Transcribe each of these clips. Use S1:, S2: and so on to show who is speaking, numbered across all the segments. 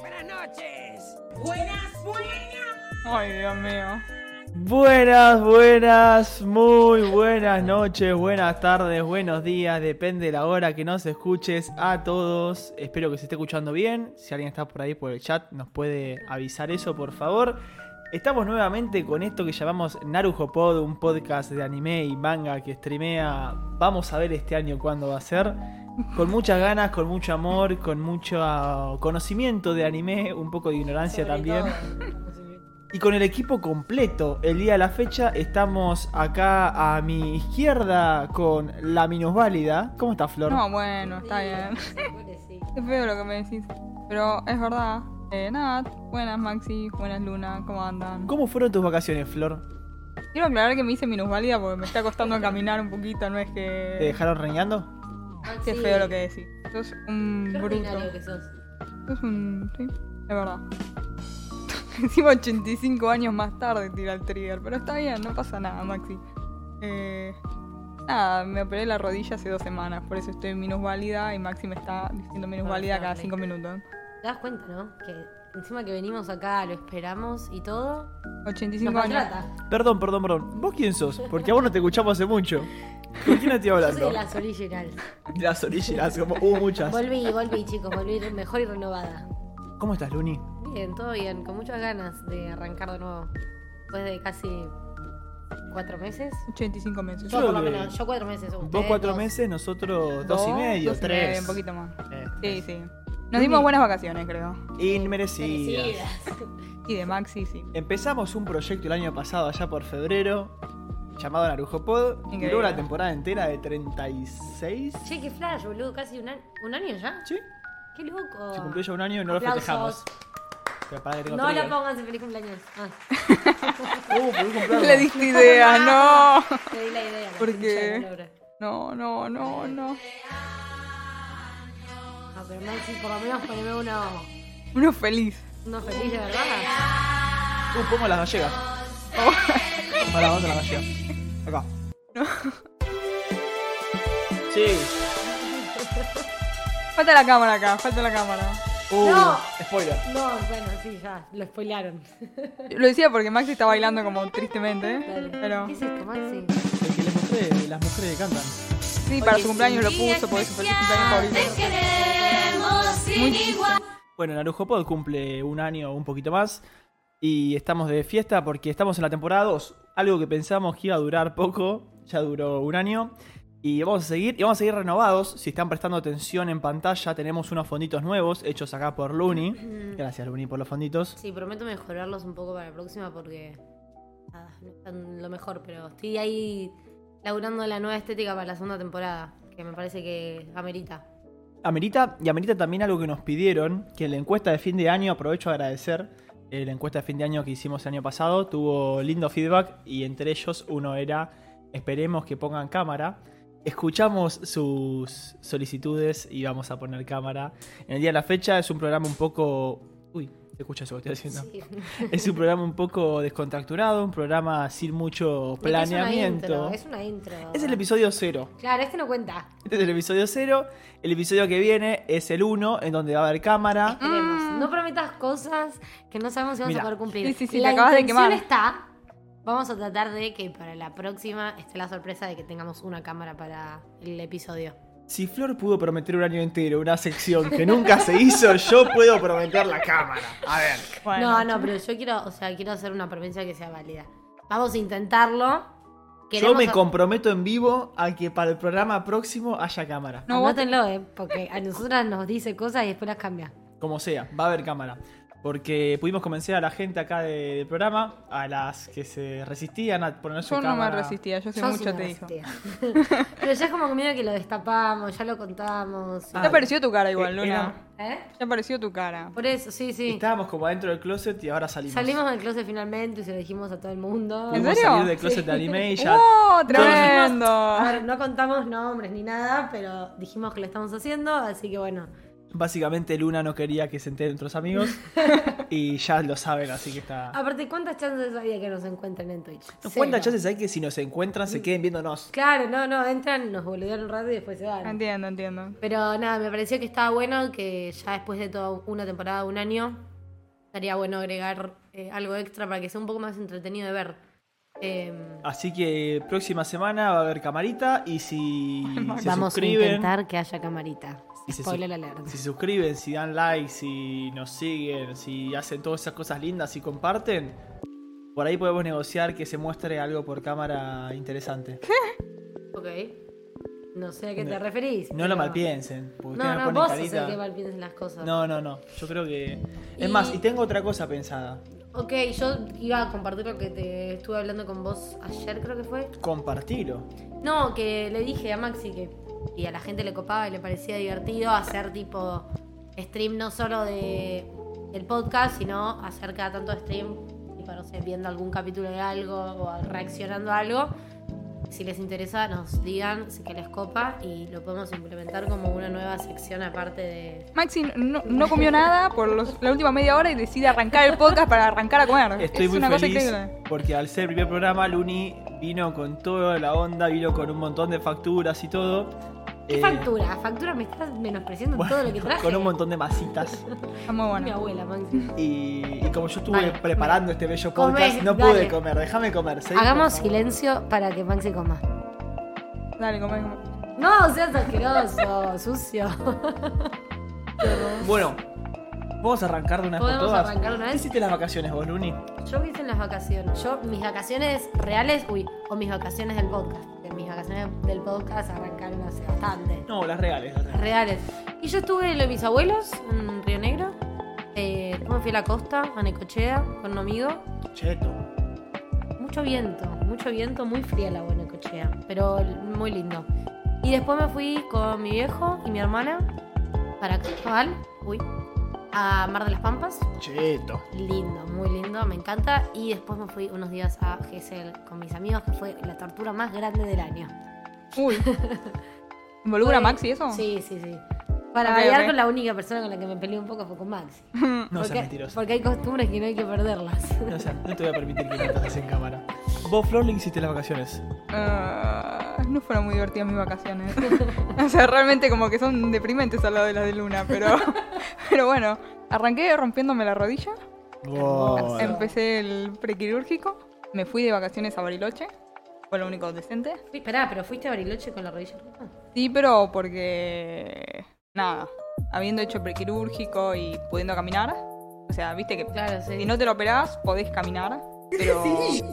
S1: Buenas noches.
S2: Buenas, buenas.
S3: Ay, Dios mío.
S4: Buenas, buenas, muy buenas noches, buenas tardes, buenos días, depende de la hora que nos escuches a todos. Espero que se esté escuchando bien. Si alguien está por ahí por el chat, nos puede avisar eso, por favor. Estamos nuevamente con esto que llamamos Narujo Pod, un podcast de anime y manga que streamea. Vamos a ver este año cuándo va a ser. Con muchas ganas, con mucho amor, con mucho conocimiento de anime, un poco de ignorancia
S2: Sobre
S4: también.
S2: todo.
S4: Y con el equipo completo, el día de la fecha estamos acá a mi izquierda con la minusválida. ¿Cómo está Flor?
S3: No, bueno, está bien.
S2: Pobrecito.
S3: Es feo lo que me decís. Pero es verdad. Eh, Nat, buenas Maxi, buenas Luna, ¿cómo andan?
S4: ¿Cómo fueron tus vacaciones, Flor?
S3: Quiero aclarar que me hice minusválida porque me está costando caminar un poquito, no es que...
S4: ¿Te dejaron reñando?
S2: Ah,
S3: Sí, es feo lo que decís. Sos un
S2: Qué
S3: bruto.
S2: ordinario que sos.
S3: Sos un... Sí, es verdad. Encima 85 años más tarde tira el trigger, pero está bien, no pasa nada, Maxi. Eh, nada, me operé la rodilla hace dos semanas, por eso estoy minusválida y Maxi me está diciendo minusválida cada
S2: dale.
S3: cinco minutos.
S2: Te das cuenta, ¿no? Que encima que venimos acá, lo esperamos y todo.
S3: 85
S2: Nos
S3: años.
S2: maltrata.
S4: Perdón, perdón, perdón. ¿Vos quién sos? Porque a vos no te escuchamos hace mucho. ¿Con quién estoy
S2: Yo soy
S4: hablando?
S2: de las originales.
S4: De las originales, como hubo muchas.
S2: Volví, volví, chicos, volví mejor y renovada.
S4: ¿Cómo estás, Luni?
S2: Bien, todo bien, con muchas ganas de arrancar de nuevo. Después de casi cuatro meses.
S3: 85 meses.
S2: Yo,
S4: Creo
S2: por lo
S4: que
S2: menos, yo cuatro meses.
S4: Vos cuatro meses, nosotros dos y medio,
S3: dos y
S4: tres.
S3: medio, un poquito más.
S4: Eh,
S3: Sí, sí. Nos dimos buenas vacaciones, creo.
S4: Inmerecidas.
S2: Merecidas.
S3: Y de Maxi, sí.
S4: Empezamos un proyecto el año pasado, allá por febrero, llamado Narujo Pod.
S3: Increíble.
S4: Duró la temporada entera de 36.
S2: Che, qué flash, boludo. Casi un, año- un año ya.
S4: ¿Sí?
S2: Qué loco.
S4: Se cumplió ya un año y no lo
S2: Aplausos.
S4: festejamos. Pero pará que tengo
S2: No la
S4: trigger.
S2: pongas de feliz cumpleaños. Ah,
S4: Uh, pudimos cumplirlo.
S3: Le diste idea, no.
S2: te di la idea. la
S3: ¿Por
S2: concha
S3: qué?
S2: de la lora.
S3: No, no, no, no.
S2: No, Ah, pero Maxi, por lo menos poneme uno,
S3: Uno feliz.
S2: uno feliz de verdad.
S4: Uh, pongo las gallegas.
S3: Oh.
S4: Para la otra la gallega. Acá.
S3: No.
S4: Sí.
S3: Falta la cámara acá, falta la cámara.
S4: Uh,
S2: No.
S4: spoiler.
S2: No, bueno, sí, ya, lo spoilaron.
S3: Lo decía porque Maxi está bailando como tristemente, ¿eh?
S2: Dale.
S3: Pero
S2: ¿Qué es esto, Maxi?
S4: El que les mostré, las mujeres que cantan.
S3: sí, para su cumpleaños lo puso, porque su cumpleaños favorito.
S4: Bueno, Narujo Pod cumple un año o un poquito más. Y estamos de fiesta porque estamos en la temporada 2. Algo que pensamos que iba a durar poco, ya duró un año. Y vamos a seguir, y vamos a seguir renovados. Si están prestando atención en pantalla, tenemos unos fonditos nuevos hechos acá por Luni. Gracias, Luni, por los fonditos.
S2: Sí, prometo mejorarlos un poco para la próxima porque nada, no están lo mejor, pero estoy ahí laburando la nueva estética para la segunda temporada, que me parece que amerita.
S4: Amerita, y amerita también algo que nos pidieron, que en la encuesta de fin de año, aprovecho a agradecer, eh, la encuesta de fin de año que hicimos el año pasado tuvo lindo feedback y entre ellos uno era, esperemos que pongan cámara. Escuchamos sus solicitudes y vamos a poner cámara. En el día de la fecha es un programa un poco... Uy, se escucha eso que estoy haciendo.
S2: Sí.
S4: Es un programa un poco descontracturado, un programa sin mucho
S2: Me parece una
S4: planeamiento.
S2: intro, Es una intro.
S4: es el episodio cero.
S2: Claro, este no cuenta.
S4: Este es el episodio 0. El episodio que viene es el 1, en donde va a haber cámara.
S2: Esperemos. No prometas cosas que no sabemos si vamos
S4: Mira.
S2: a poder cumplir.
S3: Mm. Sí, sí, sí,
S2: la
S3: te acabas de
S2: intención
S3: quemar.
S2: está. Vamos a tratar de que para la próxima esté la sorpresa de que tengamos una cámara para el episodio.
S4: Si Flor pudo prometer un año entero una sección que nunca se hizo, yo puedo prometer la cámara. A ver.
S2: no, no, pero yo quiero, o sea, quiero hacer una promesa que sea válida. Vamos a intentarlo.
S4: Yo me
S2: a-
S4: comprometo en vivo a que para el programa próximo haya cámara.
S3: No, vos te-
S2: Anótenlo, eh, porque a nosotras nos dice cosas y después las cambia.
S4: Como sea, va a haber cámara. Porque pudimos convencer a la gente acá de- del programa, a las que se resistían a poner su
S3: yo no
S4: cámara.
S3: me resistía, yo sé
S2: Yo sí
S3: mucho
S2: me
S3: te dijo.
S2: resistía. pero ya es como que medio que lo destapamos, ya lo contamos.
S4: Ah.
S3: Ya apareció tu cara
S4: Eh,
S3: igual, Luna.
S2: ¿Eh?
S3: Ya apareció tu cara.
S2: Por eso, sí, sí.
S4: Estábamos como adentro del closet y ahora salimos.
S2: Salimos del closet finalmente y se lo dijimos a todo el mundo.
S3: ¿En
S4: Pudimos
S3: serio?
S4: salir del closet de anime y ya.
S3: ¡Oh,
S2: No dijimos-
S3: tremendo!
S2: A ver, no contamos nombres ni nada, pero dijimos que lo estamos haciendo, así que bueno.
S4: Básicamente Luna no quería que se enteren nuestros amigos y ya lo saben, así que está...
S2: Aparte, ¿cuántas chances había que nos encuentren en Twitch?
S4: No,
S2: Cero.
S4: ¿Cuántas chances hay que si nos encuentran
S2: Mm.
S4: se queden viéndonos?
S2: Claro, no, no, entran, nos boludean un rato y después se van.
S3: Entiendo, entiendo.
S2: Pero nada, me pareció que estaba bueno que ya después de toda una temporada, un año, estaría bueno agregar eh, algo extra para que sea un poco más entretenido de ver. Eh,
S4: Así que próxima semana va a haber camarita y si Ah, se
S2: vamos a
S4: suscriben,
S2: intentar que haya camarita.
S4: Y se
S2: Spoiler
S4: su-
S2: alert.
S4: si se suscriben, si dan like, si nos siguen, si hacen todas esas cosas lindas, si comparten, por ahí podemos negociar que se muestre algo por cámara interesante.
S2: Ok. No sé a qué te
S4: No.
S2: referís.
S4: No lo
S2: pero-
S4: malpiensen, porque
S2: No,
S4: ustedes me
S2: no,
S4: ponen
S2: vos sos
S4: carita.
S2: el que malpiensas las cosas.
S4: No, no, no. Yo creo que. Es
S2: Y-
S4: más, y tengo otra cosa pensada.
S2: Ok, yo iba a compartir lo que te estuve hablando con vos ayer, creo que fue.
S4: Compartilo.
S2: No, que le dije a Maxi que y a la gente le copaba y le parecía divertido hacer tipo stream no solo de el podcast, sino hacer cada tanto stream, tipo, no sé, viendo algún capítulo de algo o reaccionando a algo. Si les interesa, nos digan si que les copa y lo podemos implementar como una nueva sección aparte de...
S3: Maxi no, no comió nada por los- la última media hora y decide arrancar el podcast para arrancar a comer.
S2: Ah,
S4: Estoy
S3: es
S4: muy
S3: una cosa
S4: feliz
S3: increíble.
S4: porque al ser el primer programa, Luni vino con toda la onda, vino con un montón de facturas y todo.
S2: ¿Qué
S4: Eh,
S2: factura? Factura me estás menospreciando
S4: bueno,
S2: todo lo que traje.
S4: Con un montón de masitas.
S3: Está Ah, muy
S2: Mi
S3: bueno.
S2: abuela, Maxi.
S4: Y, y como yo estuve
S2: Vale.
S4: preparando este bello
S2: Come,
S4: podcast, no
S2: dale.
S4: pude comer. Déjame comer. seguí,
S2: Hagamos
S4: por favor.
S2: silencio para que Maxi coma.
S3: Dale, come, come.
S2: No, seas asqueroso, sucio.
S4: Bueno, vamos a arrancar de una vez por
S2: ¿Podemos
S4: todas.
S2: arrancar de una
S4: ¿Qué
S2: vez?
S4: hiciste en las vacaciones vos, Luni?
S2: Yo qué hice en las vacaciones. Yo, mis vacaciones reales, uy, o mis vacaciones del podcast. Que Mis vacaciones del podcast arrancaron hace bastante.
S4: No, las regales. las
S2: Las
S4: regales.
S2: reales. Y yo estuve en lo de mis abuelos, en Río Negro. Eh, después me fui a la costa, a Necochea, con un amigo.
S4: Cheto.
S2: Mucho viento, mucho viento, muy fría la buena cochea, pero muy lindo. Y después me fui con mi viejo y mi hermana para Cabal, uy, a Mar de las Pampas.
S4: Cheto.
S2: Mm, Lindo, muy lindo, me encanta. Y después me fui unos días a Gesell con mis amigos, que fue la tortura más grande del año.
S3: Uy. ¿Involucra a
S2: Fue-
S3: Maxi eso?
S2: Sí, sí, sí. Para
S3: Ok,
S2: variar
S3: ok.
S2: con la única persona con la que me peleé un poco fue con Maxi.
S4: No seas
S2: porque,
S4: mentiroso.
S2: porque hay costumbres que no hay que perderlas.
S4: No, seas- no te voy a permitir que metas en cámara. Vos, Flor, le hiciste las vacaciones.
S3: Ah, no fueron muy divertidas mis vacaciones. o sea, realmente como que son deprimentes al lado de las de Luna, pero, pero bueno, arranqué rompiéndome la rodilla,
S2: Hermoso.
S4: Bueno.
S3: empecé el prequirúrgico, me fui de vacaciones a Bariloche, fue lo único decente.
S2: Uy, Esperá, pero fuiste a Bariloche con la rodilla rota.
S3: Sí, pero porque nada, habiendo hecho prequirúrgico y pudiendo caminar, o sea, viste que
S2: Claro, sí.
S3: si no te lo operás podés caminar, pero bueno,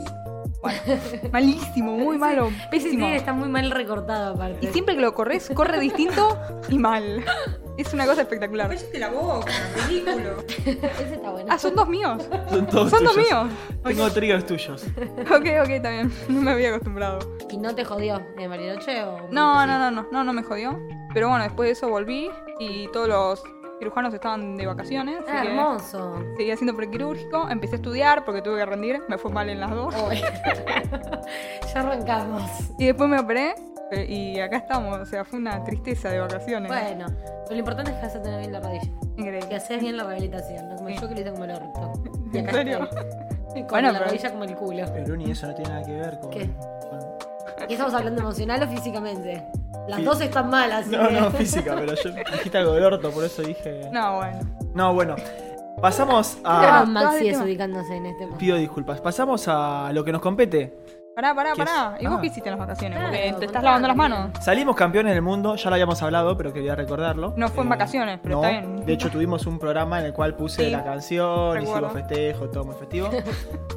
S3: malísimo, muy malo,
S2: Ese
S3: pésimo.
S2: tigre está muy mal recortado aparte.
S3: Y siempre que lo corres, corre distinto y mal. Es una cosa espectacular. Cállate la boca, ridículo.
S2: Ese está bueno.
S3: Ah, son dos míos.
S4: Son todos
S3: Son dos
S4: tuyos.
S3: míos.
S4: Tengo triggers tuyos.
S3: Ok, ok, también. No me había acostumbrado.
S2: ¿Y no te jodió de Bariloche o.?
S3: No, no, no, no, no, no me jodió. Pero bueno, después de eso volví y todos los cirujanos estaban de vacaciones. así
S2: Ah,
S3: que
S2: hermoso.
S3: Seguí haciendo prequirúrgico, empecé a estudiar porque tuve que rendir, me fue mal en las dos.
S2: Uy. ya arrancamos.
S3: Y después me operé eh, y acá estamos, o sea, fue una tristeza de vacaciones. ¿eh?
S2: Bueno, pero lo importante es que vas a tener bien la rodilla. Que
S3: Increíble.
S2: haces bien la rehabilitación, no como
S3: Sí.
S2: yo que lo hice como el orto. Y
S3: ¿En
S2: acá
S3: serio?
S2: estoy. Con
S3: Bueno,
S2: la
S3: pero-
S2: rodilla como el culo.
S4: Pero Luni, eso no tiene nada que ver con.
S2: ¿Qué?
S4: con-
S2: ¿Y estamos hablando emocional o físicamente? Las
S4: Sí.
S2: dos están malas.
S4: No, Ah. no, física, pero yo dijiste algo del orto, por eso dije.
S3: No, bueno.
S4: No, bueno. Pasamos
S2: Ah,
S4: a.
S2: Maxi
S3: Ah,
S2: desubicándose en este momento.
S4: Pido disculpas. Pasamos a lo que nos compete.
S3: Pará, pará,
S4: ¿Qué es?
S3: pará. ¿Y vos
S4: Ah.
S3: qué hiciste en las vacaciones?
S2: Claro,
S3: Porque te estás
S2: contame
S3: lavando las
S2: también.
S3: manos.
S4: Salimos campeones del mundo, ya lo habíamos hablado, pero quería recordarlo. Eh,
S3: No fue en vacaciones, pero
S4: no.
S3: está bien.
S4: De hecho, tuvimos un programa en el cual puse
S3: Sí,
S4: la canción,
S3: recuerdo.
S4: hicimos festejo, todo muy festivo.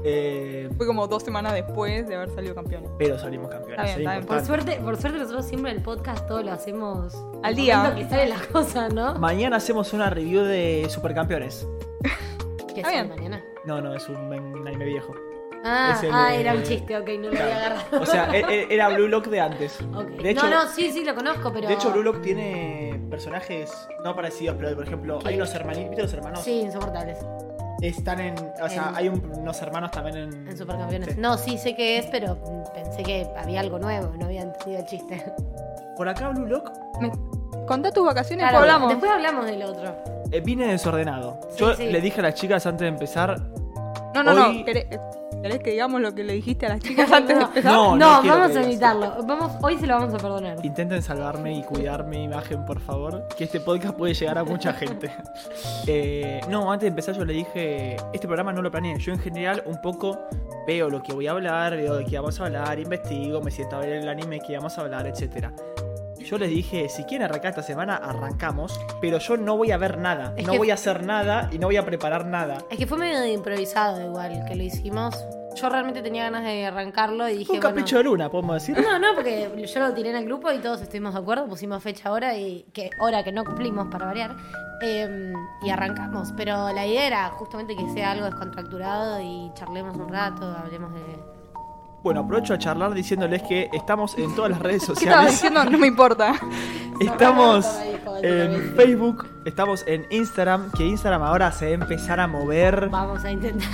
S4: Eh,
S3: Fue como dos semanas después de haber salido campeones.
S4: pero salimos campeones.
S3: Está bien,
S4: es
S3: está bien.
S2: Por
S4: importante.
S2: suerte, por suerte nosotros siempre el podcast todo lo hacemos
S3: Al
S2: el
S3: día.
S2: momento que sale la cosa, ¿no?
S4: Mañana hacemos una review de Supercampeones.
S2: que
S3: Está
S2: sale
S3: bien.
S2: mañana.
S4: No, no, es un un anime viejo.
S2: Ah,
S4: Es el,
S2: ah, era un
S4: eh,
S2: chiste, ok, no lo había
S4: Claro.
S2: agarrado.
S4: O sea, e- e- era Blue Lock de antes.
S2: Ok.
S4: De hecho,
S2: no, no, sí, sí, lo conozco, pero.
S4: de hecho, Blue Lock tiene personajes no parecidos, pero por ejemplo,
S2: ¿Qué?
S4: hay unos hermanitos, ¿viste los hermanos?
S2: Sí, insoportables.
S4: Están en. O sea,
S2: En-
S4: hay un- unos hermanos también en. este.
S2: En Supercampeones.
S4: Sí.
S2: No, sí sé qué es, pero pensé que había algo nuevo, no había entendido el chiste.
S4: Por acá, Blue Lock
S3: Me... Contá tus vacaciones,
S2: Claro,
S3: después hablamos.
S2: Después hablamos del otro.
S4: Eh, Vine desordenado.
S2: Sí,
S4: Yo
S2: sí.
S4: le dije a las chicas antes de empezar.
S3: No, no,
S4: hoy-
S3: no. queré- ¿Querés que digamos lo que le dijiste a las chicas antes de empezar?
S4: No,
S2: No,
S4: no quiero
S2: vamos
S4: que
S2: a
S4: digas.
S2: evitarlo. Vamos, hoy se lo vamos a perdonar.
S4: Intenten salvarme y cuidar mi imagen, por favor. Que este podcast puede llegar a mucha gente. Eh, no, antes de empezar yo le dije, este programa no lo planeé. Yo en general un poco veo lo que voy a hablar, veo de qué vamos a hablar, investigo, me siento a ver el anime que vamos a hablar, etc. Yo les dije, si quieren arrancar esta semana, arrancamos. Pero yo no voy a ver nada.
S2: Es
S4: no
S2: que-
S4: voy a hacer nada y no voy a preparar nada.
S2: Es que fue medio improvisado igual que lo hicimos. Yo realmente tenía ganas de arrancarlo y dije,
S4: un capricho de luna, podemos decir.
S2: bueno... No, no, porque yo lo tiré en el grupo y todos estuvimos de acuerdo, pusimos fecha ahora y que hora que no cumplimos para variar em, y arrancamos. Pero la idea era justamente que sea algo descontracturado y charlemos un rato, hablemos de...
S4: Bueno, aprovecho a charlar diciéndoles que estamos en todas las redes
S3: ¿Qué
S4: sociales.
S3: estabas diciendo? No me importa.
S4: Estamos
S2: Hijo de puta,
S4: en
S2: ¿viste?
S4: Facebook, estamos en Instagram, que Instagram ahora se va a empezar a mover.
S2: Vamos a intentar.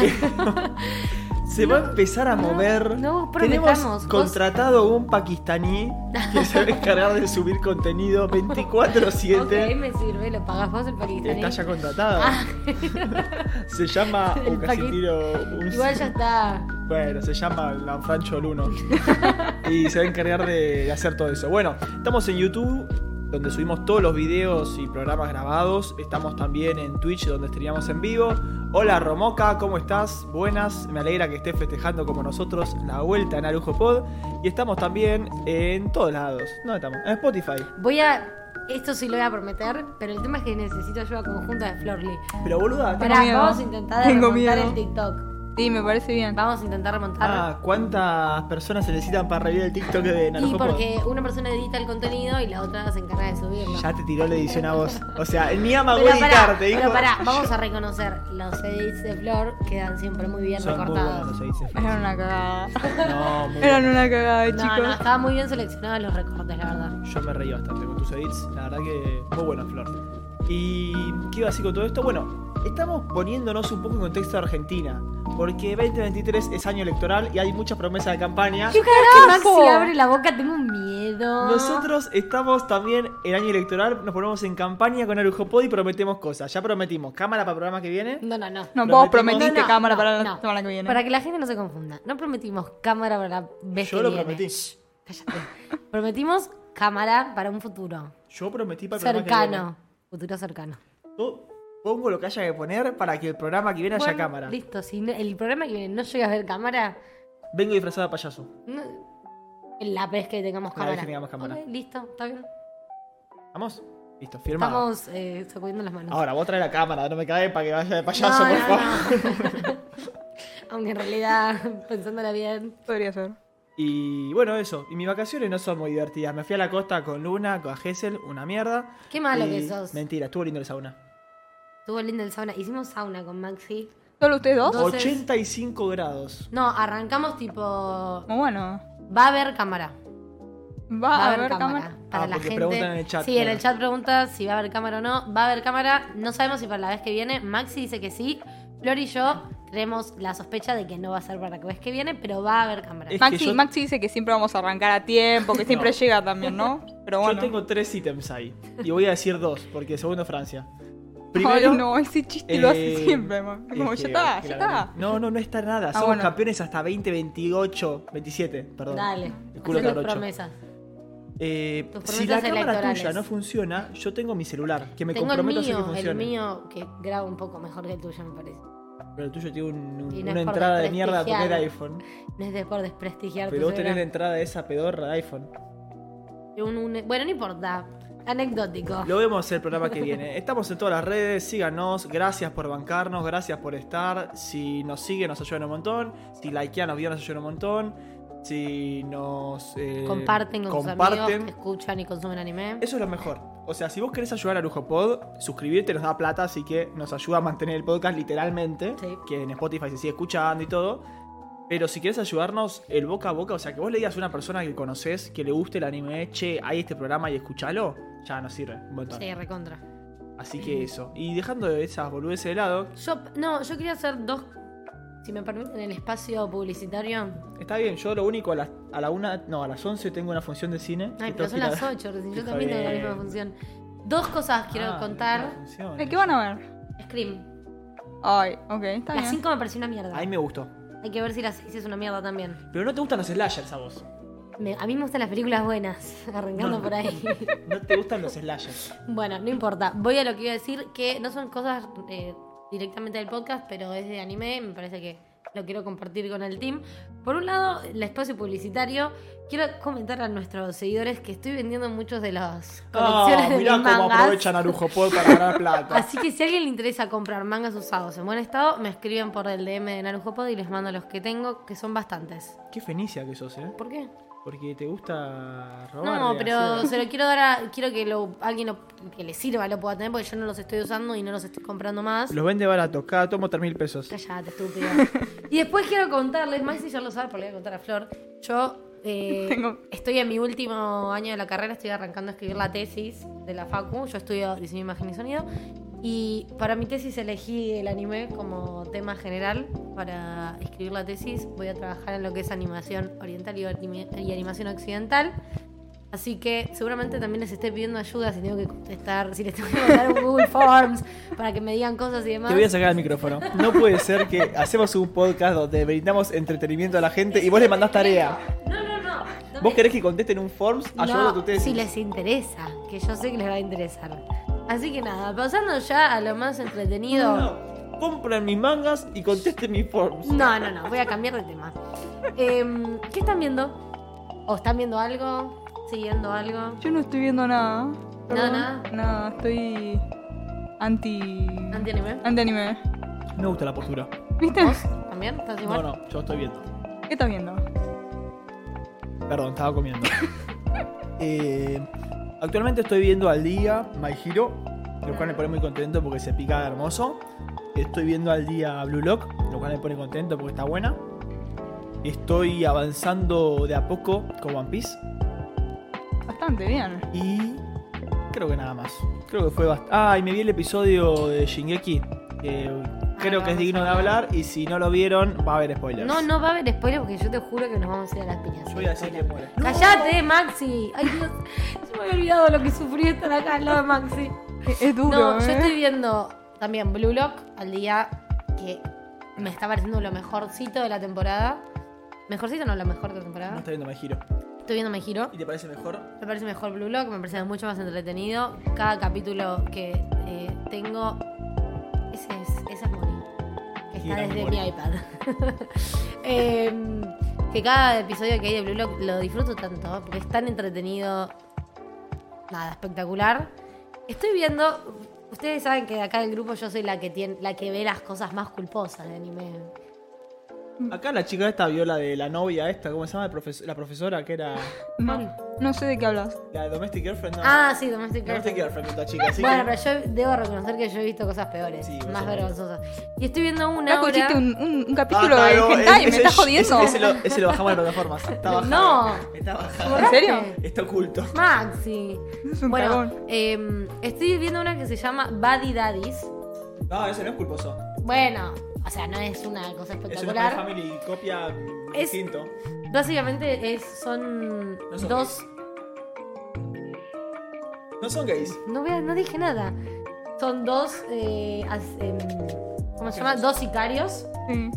S4: Se va a empezar a
S2: no,
S4: mover.
S2: no prometamos
S4: Tenemos
S2: cosas.
S4: contratado un pakistaní que se va a encargar de subir contenido 24-7.
S2: Ok, me sirve, lo pagas vos el pakistaní.
S4: Está ya contratado.
S2: Ah.
S4: Se llama
S2: El
S4: Ocasitiro un-
S2: Igual ya está.
S4: Bueno, se llama Lanfrancho Luno. y se va a encargar de, de hacer todo eso. Bueno, estamos en YouTube, donde subimos todos los videos y programas grabados. Estamos también en Twitch, donde streamamos en vivo. Hola Romoca, ¿cómo estás? Buenas, me alegra que estés festejando como nosotros la vuelta en Arujo Pod. Y estamos también en todos lados. ¿Dónde estamos? En Spotify.
S2: Voy a. Esto sí lo voy a prometer, pero el tema es que necesito ayuda conjunta de Florly.
S4: Pero boluda,
S2: Pará,
S3: miedo.
S2: vamos a intentar
S3: Tengo
S2: remontar
S3: miedo.
S2: el TikTok.
S3: Sí, me parece bien.
S2: Vamos a intentar remontar.
S4: ah, ¿cuántas personas se necesitan para revivir el TikTok de
S2: y
S4: Narujo Pod?
S2: porque una persona edita el contenido y la otra se encarga de subirlo.
S4: Ya te tiró la edición a vos. O sea, ni ama
S2: pero
S4: Willy
S2: pará,
S4: Carter,
S2: pero
S4: dijo.
S2: pará, vamos a reconocer. Los edits de Flor quedan siempre muy bien
S4: Son muy
S2: recortados.
S4: buenos los edits de
S3: Eran una cagada.
S4: Flor. No, muy
S3: Eran
S4: buenos.
S3: una cagada,
S2: no,
S3: chicos.
S2: no, estaban muy bien seleccionados los recortes, la verdad.
S4: Yo me reí bastante con tus edits. La verdad que muy buena, Flor. ¿Y qué iba a decir con todo esto? Bueno, estamos poniéndonos un poco en contexto de Argentina. Porque 2023 es año electoral y hay muchas promesas de campaña.
S2: Yo cada vez que
S3: carajo!
S2: Maxi abre la boca tengo un miedo.
S4: Nosotros estamos también en año electoral, nos ponemos en campaña con Arujopod y prometemos cosas. Ya prometimos cámara para el programa que viene.
S2: No, no, no.
S3: No, vos
S4: Prometimos-
S3: prometiste
S2: No, no,
S3: cámara
S2: no,
S3: para la
S2: no.
S3: semana que viene.
S2: Para que la gente no se confunda, no prometimos cámara para la vez
S4: Yo
S2: que
S4: lo
S2: viene.
S4: prometí.
S2: Shh, cállate. prometimos cámara para un futuro
S4: Yo prometí para el programa que viene.
S2: cercano. Futuro cercano.
S4: Yo pongo lo que haya que poner para que el programa que viene haya
S2: Bueno,
S4: cámara.
S2: Listo, si no- el programa que viene no llega a ver cámara,
S4: Vengo disfrazado de payaso.
S2: no- la vez que tengamos
S4: La vez
S2: cámara.
S4: que tengamos cámara.
S2: Ok, listo, está bien.
S4: ¿Vamos? Listo, firmado.
S2: Estamos eh, sacudiendo las manos.
S4: Ahora, vos trae la cámara, no me cae para que vaya de payaso,
S2: No,
S4: por
S2: no,
S4: favor.
S2: no. Aunque en realidad, pensándola bien,
S3: Podría ser.
S4: Y bueno, eso. Y mis vacaciones no son muy divertidas. Me fui a la costa con Luna, con Gessel, una mierda.
S2: qué malo
S4: Y-
S2: que sos.
S4: Mentira, estuvo lindo el sauna.
S2: Estuvo lindo el sauna. Hicimos sauna con Maxi.
S3: ¿Solo ustedes dos?
S2: Dos. Entonces-
S4: 85 grados.
S2: No, arrancamos tipo
S3: Muy bueno.
S2: Va a haber cámara.
S3: Va,
S2: Va
S3: a haber cámara.
S2: Para
S4: Ah,
S2: la
S4: porque
S2: gente.
S4: preguntan en el chat,
S2: sí, en
S4: claro.
S2: el chat pregunta si va a haber cámara o no. Va a haber cámara. No sabemos si para la vez que viene. Maxi dice que sí. Flor y yo tenemos la sospecha de que no va a ser para la vez que viene, pero va a haber cámara.
S4: Es- que
S3: Maxi,
S4: yo-
S3: Maxi dice que siempre vamos a arrancar a tiempo, que siempre
S4: No.
S3: llega también, ¿no? Pero bueno.
S4: Yo tengo tres ítems ahí. Y voy a decir dos, porque segundo Francia.
S3: Ay, no, ese chiste lo hace
S4: eh,
S3: siempre, man.
S4: es
S3: Como,
S4: que-
S3: ya está,
S4: que
S3: ya
S4: la verdad-
S3: está.
S4: No, no, no está nada.
S3: Ah,
S4: Somos
S3: bueno.
S4: campeones hasta 20, 28, 27, perdón.
S2: Dale.
S4: El culo
S2: Hacé tus
S4: jarocho.
S2: promesas.
S4: Eh,
S2: Tus
S4: si la
S2: promesas
S4: cámara
S2: electorales.
S4: tuya no funciona, yo tengo mi celular, que me
S2: Tengo el
S4: comprometo a hacer que
S2: mío,
S4: funcione.
S2: el mío que graba un poco mejor que el tuyo, me parece.
S4: Pero el tuyo tiene un- un-
S2: Y no
S4: una
S2: es por
S4: entrada de mierda porque es de
S2: desprestigiar.
S4: iPhone.
S2: No es de por desprestigiar
S4: Pero
S2: tu
S4: vos tenés la
S2: celular.
S4: entrada de esa pedorra de iPhone.
S2: Un- un- Bueno, no importa. Anecdótico.
S4: Lo vemos el programa que viene. Estamos en todas las redes, síganos. Gracias por bancarnos, gracias por estar. Si nos siguen, nos ayudan un montón. Si likean, nos vio, nos ayudan un montón. Si nos. eh,
S2: Comparten con sus
S4: comparten.
S2: amigos, escuchan y consumen anime.
S4: Eso es lo mejor. O sea, si vos querés ayudar a Lujo Pod, suscribirte nos da plata, así que nos ayuda a mantener el podcast literalmente.
S2: Sí.
S4: Que en Spotify se sigue escuchando y todo. Pero si querés ayudarnos el boca a boca, o sea, que vos le digas a una persona que conoces que le guste el anime, che, hay este programa y escuchalo, ya nos sirve un montón.
S2: Sí, recontra.
S4: Así que eso. Y dejando esas boludeces de lado,
S2: Yo, no, yo quería hacer dos, si me permiten, el espacio publicitario.
S4: está bien, yo lo único a las, a la una, no, a las 11 tengo una función de cine.
S2: Ay,
S4: Y tengo
S2: pero son
S4: que ir a
S2: las
S4: ver-
S2: 8, recién yo
S4: Está
S2: también tengo la
S4: bien.
S2: misma función. Dos cosas quiero
S4: Ah, tengo
S2: contar.
S4: una función.
S3: Eh, ¿Qué van a ver?
S2: Scream.
S3: Ay, ok, está
S2: Las
S3: bien.
S2: 5 me pareció una mierda.
S4: Ahí me gustó.
S2: Hay que ver si la 6 es una mierda también.
S4: Pero no te gustan los slashers a vos.
S2: Me- a mí me gustan las películas buenas, arrancando
S4: No.
S2: por ahí.
S4: No te gustan los slashers.
S2: bueno, no importa. Voy a lo que iba a decir, que no son cosas eh, directamente del podcast, pero es de anime. Me parece que lo quiero compartir con el team. Por un lado, el espacio publicitario. Quiero comentar a nuestros seguidores que estoy vendiendo muchos de las colecciones
S4: Ah,
S2: de
S4: mirá
S2: mis
S4: cómo
S2: mangas.
S4: aprovechan a Lujo Pod para ganar plata.
S2: Así que si a alguien le interesa comprar mangas usados en buen estado, me escriben por el DM de Narujopod y les mando los que tengo, que son bastantes.
S4: Qué fenicia que sos, ¿eh?
S2: ¿Por qué?
S4: Porque te gusta robar.
S2: No, pero se lo quiero dar a. Quiero que lo, alguien lo- que le sirva lo pueda tener porque yo no los estoy usando y no los estoy comprando más.
S4: Los vende baratos, cada tomo 3 mil pesos.
S2: Cállate, estúpido. y después quiero contarles, más si ya lo sabe, porque le voy a contar a Flor. Yo eh,
S3: Tengo-
S2: estoy en mi último año de la carrera, estoy arrancando a escribir la tesis de la Facu. Yo estudio diseño, imagen y sonido. Y para mi tesis elegí el anime como tema general. Para escribir la tesis voy a trabajar en lo que es animación oriental y, anime- y animación occidental. Así que seguramente también les esté pidiendo ayuda si tengo que contestar, si les tengo que mandar un Google Forms para que me digan cosas y demás.
S4: Te voy a sacar el micrófono. No puede ser que hacemos un podcast donde brindamos entretenimiento a la gente y vos le mandás tarea.
S2: No, no, no. no
S4: ¿Vos
S2: me-
S4: querés que contesten un Forms? Ayudalo a tu
S2: No,
S4: tesis.
S2: Si les interesa, que yo sé que les va a interesar. Así que nada, pasando ya a lo más entretenido.
S4: No, no. Compran mis mangas y contesten mis Forms.
S2: No, no, no, voy a cambiar de tema. Em, ¿Qué están viendo? ¿O están viendo algo? ¿Siguiendo algo?
S3: Yo no estoy viendo nada. perdón.
S2: nada?
S3: No, estoy anti...
S2: ¿Antianime?
S3: Anti-anime.
S4: Me gusta la postura.
S3: ¿Viste?
S2: ¿Vos también? ¿Estás igual?
S4: No, no, yo estoy viendo.
S3: ¿Qué estás viendo?
S4: Perdón, estaba comiendo. Eh, actualmente estoy viendo al día My Hero, lo cual me pone muy contento porque se pica hermoso. Estoy viendo al día Blue Lock, lo cual me pone contento porque está buena. Estoy avanzando de a poco con One Piece
S3: Bastante bien.
S4: y creo que nada más. Creo que fue bastante. Ah, y me vi el episodio de Shingeki. que creo
S2: Ah,
S4: que es
S2: vamos
S4: digno
S2: a
S4: de
S2: hablar.
S4: hablar y si no lo vieron va a haber spoilers.
S2: No, no va a haber spoiler porque yo te juro que nos vamos a ir a las piñas.
S4: Yo voy a decir que muere.
S2: ¡Cállate, Maxi! ¡Ay, Dios! Yo me había olvidado lo que sufrí estar acá al lado de Maxi.
S3: Es, es duro,
S2: No, yo
S3: ¿eh?
S2: estoy viendo también Blue Lock al día que me está pareciendo lo mejorcito de la temporada. Mejorcito no, lo mejor de la
S4: No
S2: temporada.
S4: está viendo My Hero.
S2: Estoy viendo Me Giro.
S4: ¿Y te parece mejor?
S2: Me parece mejor Blue Lock, me parece mucho más entretenido. Cada capítulo que eh, tengo. Ese es, esa es Mori. Que está
S4: Gran
S2: desde
S4: Mori.
S2: mi iPad. Em, que cada episodio que hay de Blue Lock lo disfruto tanto, ¿eh? porque es tan entretenido. Nada, espectacular. Estoy viendo. Ustedes saben que de acá del grupo yo soy la que tiene, la que ve las cosas más culposas de anime.
S4: Acá la chica esta vio la de la novia esta, ¿cómo se llama? El profes- la profesora que era
S3: No, no sé de qué hablas.
S4: la de Domestic Girlfriend. No.
S2: Ah, sí, Domestic
S4: Domestic
S2: Girlfriend.
S4: Girlfriend, esta chica. Así
S2: Bueno,
S4: que...
S2: pero yo debo reconocer que yo he visto cosas peores,
S4: Sí,
S2: más
S4: seguro.
S2: vergonzosas. Y estoy viendo una
S3: Acá
S2: hora...
S3: Ah, escuchaste un, un- un
S4: Ah,
S3: capítulo de
S4: claro,
S3: hentai,
S4: ese-
S3: me estás jodiendo.
S4: Ese, ese lo, ese lo bajamos de plataformas. Está bajado.
S2: No.
S4: Está bajado.
S2: ¿Borraste?
S3: serio?
S4: Está oculto.
S2: Maxi.
S3: Es un
S2: bueno,
S3: cagón.
S2: eh, estoy viendo una que se llama Buddy Daddies.
S4: No, ese no es culposo.
S2: Bueno, o sea, no es una cosa
S4: Ese no es una
S2: espectacular.
S4: family copia
S2: Es-
S4: distinto.
S2: Básicamente es, son
S4: No son
S2: dos...
S4: No son gays.
S2: No, voy a- no dije nada. Son dos... eh, as- em, ¿Cómo se llama? Dos sicarios.
S3: Sí.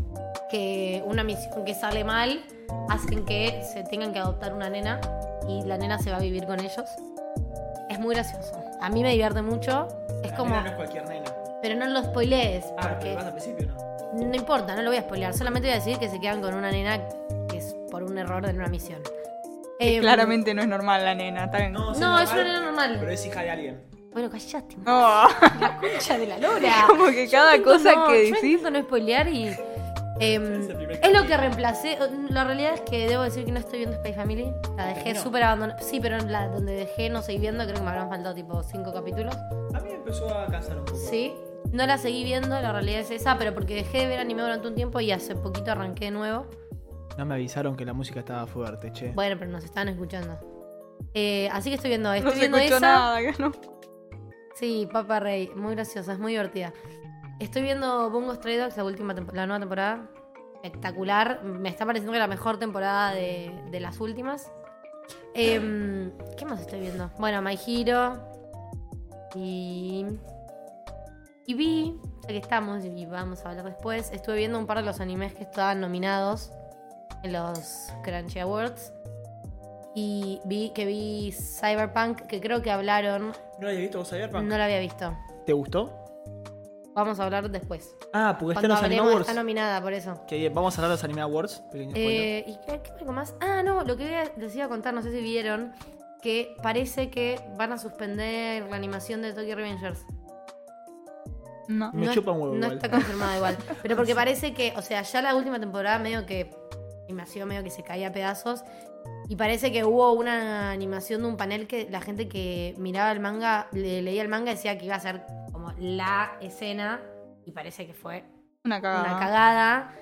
S2: que una misión que sale mal hacen que se tengan que adoptar una nena y la nena se va a vivir con ellos. Es muy gracioso. A mí me divierte mucho. Es
S4: La
S2: como.
S4: nena No es cualquier nena.
S2: Pero no lo spoilees,
S4: Ah,
S2: porque
S4: pero vas al principio, ¿no?
S2: no importa, no lo voy a spoilear. Solamente voy a decir que se quedan con una nena que es por un error en una misión.
S3: Eh,
S2: Em,
S3: Claramente no es normal la nena, está bien.
S4: No,
S2: No, es
S4: normal,
S2: una nena
S4: Pero
S2: normal.
S4: es hija de alguien.
S2: Bueno, callaste.
S3: No.
S2: La concha de la lora.
S3: Como que cada
S2: Intento
S3: cosa
S2: no,
S3: que
S2: yo
S3: decís.
S2: intento no spoilear y. em,
S4: Es el primer
S2: es lo que
S4: capítulo.
S2: reemplacé. La realidad es que debo decir que no estoy viendo Space Family. La dejé
S4: ¿Por qué no?
S2: súper abandonada. Sí, pero la donde dejé no seguí viendo. Creo que me habrán faltado tipo cinco capítulos.
S4: A mí me empezó a cansar un poco.
S2: Sí. No la seguí viendo. La realidad es esa. Pero porque dejé de ver anime durante un tiempo y hace poquito arranqué de nuevo.
S4: No me avisaron que la música estaba fuerte, che.
S2: Bueno, pero nos estaban escuchando. Eh, así que estoy viendo. Estoy
S3: No se
S2: viendo
S3: escuchó
S2: esa.
S3: nada, que no.
S2: Sí, Papa Rey, muy graciosa, es muy divertida. Estoy viendo Bungo Stray Dogs, la, última tempo- la nueva temporada. Espectacular. Me está pareciendo que la mejor temporada de, de las últimas. Em, ¿Qué más estoy viendo? Bueno, My Hero. Y. Y vi, ya que estamos y vamos a hablar después, estuve viendo un par de los animes que estaban nominados en los Crunchy Awards. Y vi que vi Cyberpunk, que creo que hablaron,
S4: ¿No la habías visto vos, Cyberpunk?
S2: no lo había visto.
S4: ¿Te gustó?
S2: Vamos a hablar después.
S4: Ah, porque está en
S2: Cuando
S4: los Anime
S2: hablemos,
S4: Awards.
S2: está nominada por eso.
S4: Que bien, vamos a hablar de los Anime Awards. Pequeño spoiler.
S2: Eh, ¿Y qué, qué algo más? Ah, no, lo que voy a- les iba a contar, no sé si vieron, que parece que van a suspender la animación de Tokyo Revengers.
S3: No.
S4: Me
S2: no es-
S4: chupa un huevo
S2: No
S4: igual.
S2: está confirmada igual. Pero porque parece que, o sea, ya la última temporada medio que animación medio que se caía a pedazos. Y parece que hubo una animación de un panel que la gente que miraba el manga, le leía el manga, decía que iba a ser como la escena. Y parece que fue
S3: Una cagada.
S4: Ah.
S2: una cagada.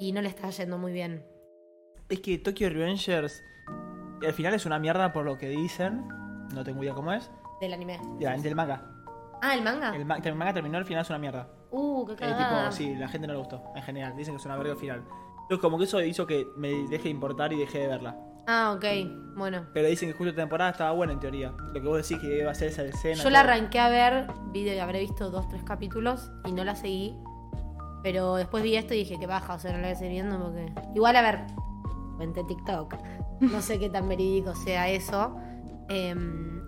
S2: Y no le está yendo muy bien.
S4: Es que Tokyo Revengers al final es una mierda por lo que dicen. No tengo idea cómo es.
S2: Del anime.
S4: Y la gente del manga.
S2: Ah, el manga.
S4: El, ma- que el manga terminó, al final es una mierda.
S2: Uh, qué
S4: Eh,
S2: cagada.
S4: tipo, sí, la gente no le gustó en general. Dicen que es una verga al final. Entonces, como que eso hizo que me deje de importar y dejé de verla.
S2: Ah, ok. Bueno.
S4: Pero dicen que justo la temporada estaba buena en teoría. Lo que vos decís que iba a ser esa escena.
S2: Yo la
S4: todo.
S2: arranqué a ver, vi de- habré visto dos, tres capítulos y no la seguí. Pero después vi esto y dije que baja, o sea, no la voy a seguir viendo porque. Igual, a ver, vente TikTok. No sé qué tan verídico sea eso. Em,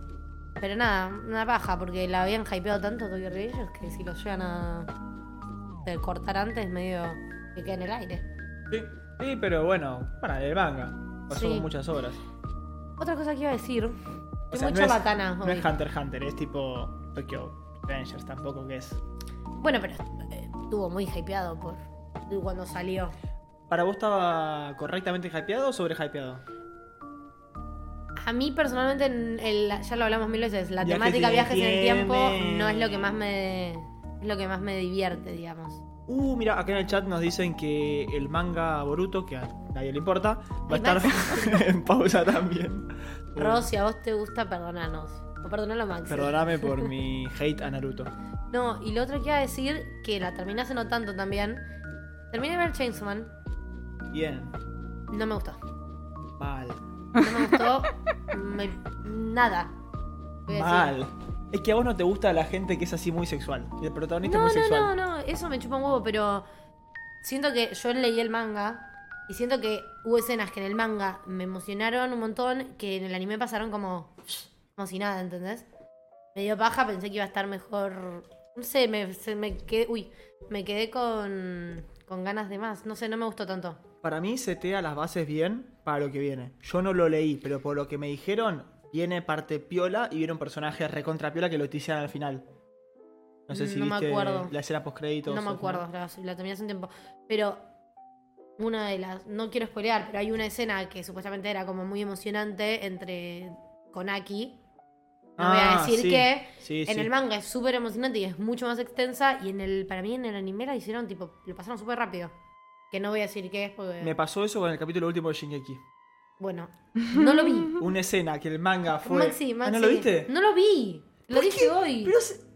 S2: pero nada, una baja, porque la habían hypeado tanto Tokyo Revengers que si lo llegan a de cortar antes, medio que queda en el aire.
S4: Sí, sí, pero bueno, para el manga. Pasó
S2: Sí.
S4: muchas horas.
S2: Otra cosa que iba a decir,
S4: O
S2: es
S4: sea,
S2: mucha
S4: no es-
S2: bacana
S4: No
S2: hoy.
S4: es Hunter x Hunter, es tipo Tokyo Revengers tampoco que es.
S2: Bueno, pero eh, estuvo muy hypeado por cuando salió.
S4: ¿Para vos estaba correctamente hypeado o sobrehypeado?
S2: A mí personalmente, en el- ya lo hablamos mil veces, la
S4: Viajes
S2: temática
S4: en el
S2: viajes en el tiempo
S4: tiempo.
S2: no es lo que más me es lo que más me divierte, digamos.
S4: Uh, mira, acá en el chat nos dicen que el manga Boruto, que a nadie le importa, va a
S2: Ay,
S4: estar en pausa también.
S2: Ros, si a vos te gusta, perdonanos. O perdonalo, Max.
S4: Perdóname por mi hate a Naruto.
S2: No, y lo otro que iba a decir, que la terminé hace no tanto también. Terminé de ver Chainsaw Man,
S4: Bien,
S2: no me gustó.
S4: mal,
S2: No me gustó me- nada. voy a decir.
S4: mal. Es que a vos no te gusta la gente que es así muy sexual. Y El protagonista
S2: No,
S4: es muy
S2: no,
S4: sexual.
S2: no, no, eso me chupa un huevo, pero siento que yo leí el manga y siento que hubo escenas que en el manga me emocionaron un montón, que en el anime pasaron como, como si nada, ¿entendés? Me dio paja, pensé que iba a estar mejor, no sé, me, se- me quedé, uy, me quedé con, con ganas de más, no sé, no me gustó tanto.
S4: Para mí setea las bases bien para lo que viene. Yo no lo leí, pero por lo que me dijeron, viene parte piola y viene un personaje recontra piola que lo tician al final. No sé si
S2: No me
S4: viste
S2: acuerdo.
S4: la escena post créditos.
S2: No me acuerdo, la, la terminé hace un tiempo. Pero una de las. No quiero spoilear, pero hay una escena que supuestamente era como muy emocionante entre. con Aki. No
S4: Ah,
S2: voy a decir que. En el manga es súper emocionante y es mucho más extensa. Y en el. Para mí en el anime la hicieron tipo. Lo pasaron súper rápido. Que no voy a decir qué es porque.
S4: Me pasó eso con el capítulo último de Shingeki.
S2: Bueno. No lo vi.
S4: Una escena que el manga fue.
S2: Maxi,
S4: Ah,
S2: Maxi.
S4: ¿No lo viste?
S2: No lo vi. Lo
S4: ¿Por
S2: dije
S4: qué?
S2: hoy.
S4: Pero se-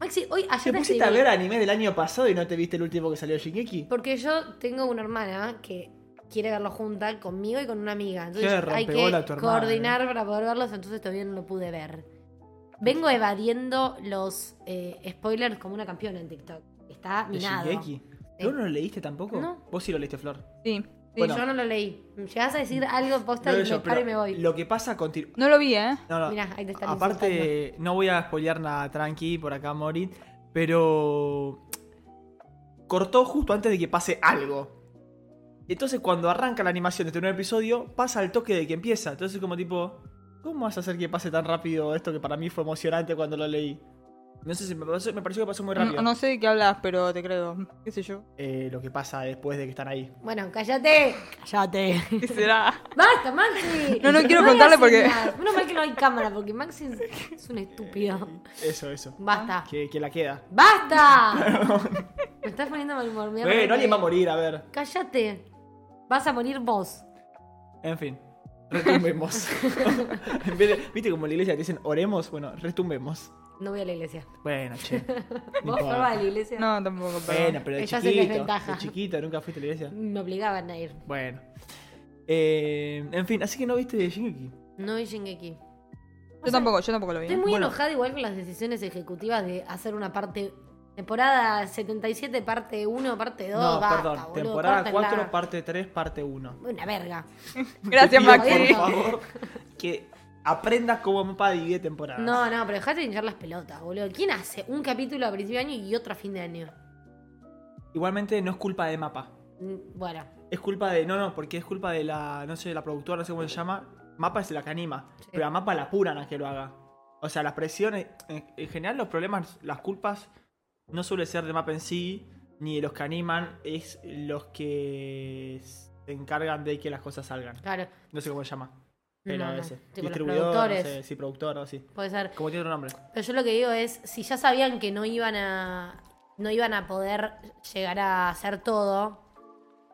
S2: Maxi, hoy
S4: te
S2: ayer te
S4: pusiste a
S2: escribí.
S4: ver anime del año pasado y no te viste el último que salió de Shingeki.
S2: Porque yo tengo una hermana que quiere verlo junta conmigo y con una amiga. Entonces
S4: Qué
S2: hay
S4: rompebola tu
S2: que
S4: hermana,
S2: coordinar para poder verlos, entonces todavía no lo pude ver. Vengo evadiendo los eh, spoilers como una campeona en TikTok. Está
S4: ¿De
S2: minado.
S4: Shingeki? ¿Vos no lo leíste tampoco?
S2: No.
S4: Vos sí lo leíste, Flor.
S3: Sí. sí.
S4: Bueno.
S2: Yo no lo leí. Llegás a decir algo posta
S4: No lo
S2: y
S4: yo,
S2: me
S4: pero
S2: paro y me voy.
S4: Lo que pasa con tiro-
S3: No lo vi, ¿eh?
S4: No, no.
S2: Mirá, ahí te están insultando.
S4: Aparte, no voy a spoilear nada tranqui por acá, Morit, pero cortó justo antes de que pase algo. Entonces, cuando arranca la animación de este nuevo episodio, pasa al toque de que empieza. Entonces, como tipo, ¿cómo vas a hacer que pase tan rápido esto que para mí fue emocionante cuando lo leí? No sé si me pareció, me pareció que pasó muy rápido.
S3: No, no sé de qué hablas, pero te creo. ¿Qué sé yo?
S4: Eh, lo que pasa después de que están ahí.
S2: Bueno, cállate. Cállate.
S3: ¿Qué será?
S2: Basta, Maxi.
S3: No, no quiero
S2: voy a
S3: contarle
S2: decir
S3: porque-
S2: nada. Menos mal que no hay cámara, porque Maxi es- es un estúpido.
S4: Eso, eso.
S2: Basta.
S4: Que, que la queda.
S2: ¡Basta! Me estás poniendo mal humor. me voy a poner
S4: Bueno, alguien va a
S2: mal.
S4: morir, a ver.
S2: Cállate. Vas a morir vos.
S4: En fin, retumbemos. En vez de- ¿Viste como en la iglesia te dicen oremos? Bueno, retumbemos.
S2: No voy a la iglesia.
S4: Bueno, che. no
S2: ¿Vos
S4: importa.
S2: no vas a la iglesia?
S3: No, tampoco. pero-
S4: Bueno, pero de
S2: Ella se
S4: chiquito.
S2: desventaja.
S4: De chiquito, nunca fuiste a la iglesia.
S2: Me obligaban a ir.
S4: Bueno. Eh, en fin, así que no viste de Shingeki.
S2: No vi Shingeki.
S3: Yo tampoco, yo tampoco lo vi.
S2: Estoy muy
S4: Bueno.
S2: enojada igual con las decisiones ejecutivas de hacer una parte Temporada 77, parte 1, parte 2.
S4: No,
S2: basta,
S4: perdón.
S2: boludo,
S4: temporada
S2: córtenla.
S4: 4, parte 3, parte 1.
S2: Una verga.
S3: Gracias,
S2: pido,
S3: Maxi.
S4: Por favor, que aprendas cómo mapa divide temporadas.
S2: No, no, pero dejate de hinchar las pelotas, boludo. ¿Quién hace un capítulo a principio de año y otro a fin de año?
S4: Igualmente no es culpa de mapa.
S2: Mm, Bueno,
S4: Es culpa de. No, no, porque es culpa de la. No sé, la productora, no sé cómo se llama. Mapa es la que anima.
S2: Sí.
S4: Pero a Mapa la apuran a que lo haga. O sea, las presiones. En, en general, los problemas, las culpas. No suele ser de Mapa en sí. Ni de los que animan. Es los que. Se encargan de que las cosas salgan.
S2: claro.
S4: No sé cómo se llama. Pero
S2: No, no.
S4: ese.
S2: Tipo, los
S4: Distribuidor, no
S2: productores.
S4: sé, sí, productor o así.
S2: Puede ser.
S4: Como tiene otro nombre.
S2: Pero yo lo que digo es, si ya sabían que no iban a. no iban a poder llegar a hacer todo,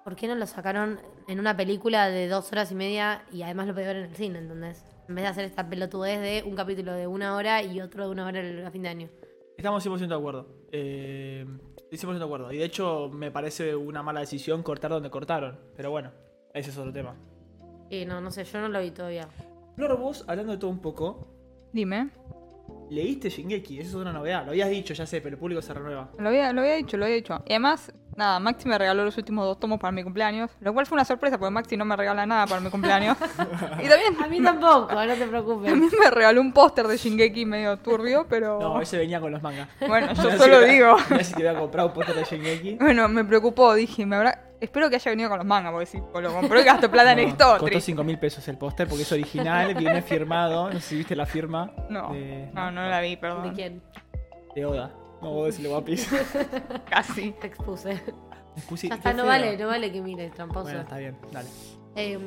S2: ¿por qué no lo sacaron en una película de dos horas y media y además lo podía ver en el cine, ¿entendés? En vez de hacer esta pelotudez de un capítulo de una hora y otro de una hora el- a fin de año.
S4: Estamos 100% de acuerdo. Eh, estoy 100% de acuerdo. Y de hecho, me parece una mala decisión cortar donde cortaron. Pero bueno, ese es otro tema.
S2: Y no, no sé, yo no lo vi todavía.
S4: Flor, vos, hablando de todo un poco,
S3: Dime.
S4: leíste Shingeki. Eso es una novedad. Lo habías dicho, ya sé, pero el público se renueva.
S3: Lo había, lo había dicho, lo había dicho. Y además, nada, Maxi me regaló los últimos dos tomos para mi cumpleaños. Lo cual fue una sorpresa porque Maxi no me regala nada para mi cumpleaños. y también,
S2: A mí tampoco, no te preocupes.
S3: también me regaló un póster de Shingeki medio turbio, pero.
S4: No, ese venía con los mangas.
S3: Bueno, yo
S4: Mirá si
S3: solo
S4: te-
S3: digo.
S4: mirá si te voy a comprar un póster de Shingeki.
S3: Bueno, me preocupó, dije, me habrá. Espero que haya venido con los mangas, porque si lo compró y gastó plata en
S4: No,
S3: esto.
S4: costó
S3: triste.
S4: 5 mil pesos el póster porque es original, viene firmado. No sé si viste la firma.
S3: No,
S4: de-
S3: no, no la vi,
S2: ¿De
S3: perdón.
S2: quién?
S4: De Oda. No puedo decirle guapis.
S3: Casi.
S2: Te expuse.
S4: Pusí-
S2: Ya está,
S4: qué
S2: no
S4: feo.
S2: vale, no vale que mires, tramposo.
S4: Bueno, está bien, dale.
S2: Eh,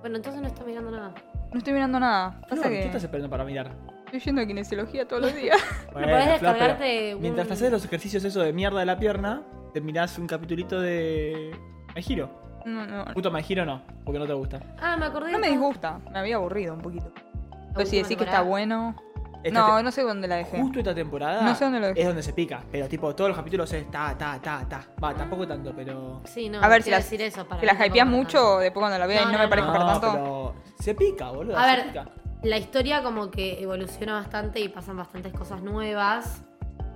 S2: bueno, entonces no está mirando nada.
S3: No estoy mirando nada. Pasa
S4: Flor,
S3: que
S4: ¿Qué estás esperando para mirar?
S3: estoy yendo a kinesiología todos los días.
S4: Bueno,
S2: podés
S4: Flor, pero
S2: descargarte un-
S4: Mientras te haces los ejercicios eso de mierda de la pierna, te mirás un capitulito de... Me giro.
S3: No, no.
S4: Puto me giro no, porque no te gusta.
S2: Ah, me acordé.
S3: No me
S2: de-
S3: disgusta, me había aburrido un poquito.
S2: La
S3: Pero si
S2: última
S3: decís que
S2: temporada.
S3: está bueno.
S4: Esta
S3: No,
S4: Este te-
S3: no sé dónde la dejé.
S4: Justo esta temporada
S3: No sé dónde lo dejé.
S4: es donde se pica. Pero tipo, todos los capítulos es ta, ta, ta, ta. Va, tampoco tanto, pero...
S2: Sí, no,
S3: A ver,
S2: te
S3: si
S2: iba
S3: las-
S2: decir eso para
S3: Que
S2: mí
S3: la hypeás
S2: tampoco
S3: mucho, eh. después cuando la veas
S2: No,
S3: no,
S2: no,
S3: me parece
S2: no.
S3: por tanto.
S4: pero se pica, boludo.
S2: A
S4: se
S2: ver.
S4: pica.
S2: La historia como que evoluciona bastante y pasan bastantes cosas nuevas,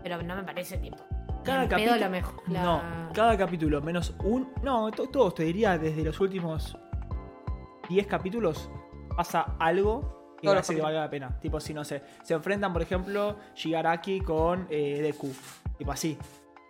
S2: pero no me parece tipo.
S4: Cada
S2: en pedo
S4: capítulo...
S2: la mejor. la-
S4: No, cada capítulo, menos un... No, to- todos, te diría, desde los últimos 10 capítulos pasa algo que
S3: Todos los
S4: hace que
S3: capítulos.
S4: valga la pena. Tipo, si no sé, se enfrentan, por ejemplo, Shigaraki con eh, Deku. Tipo así.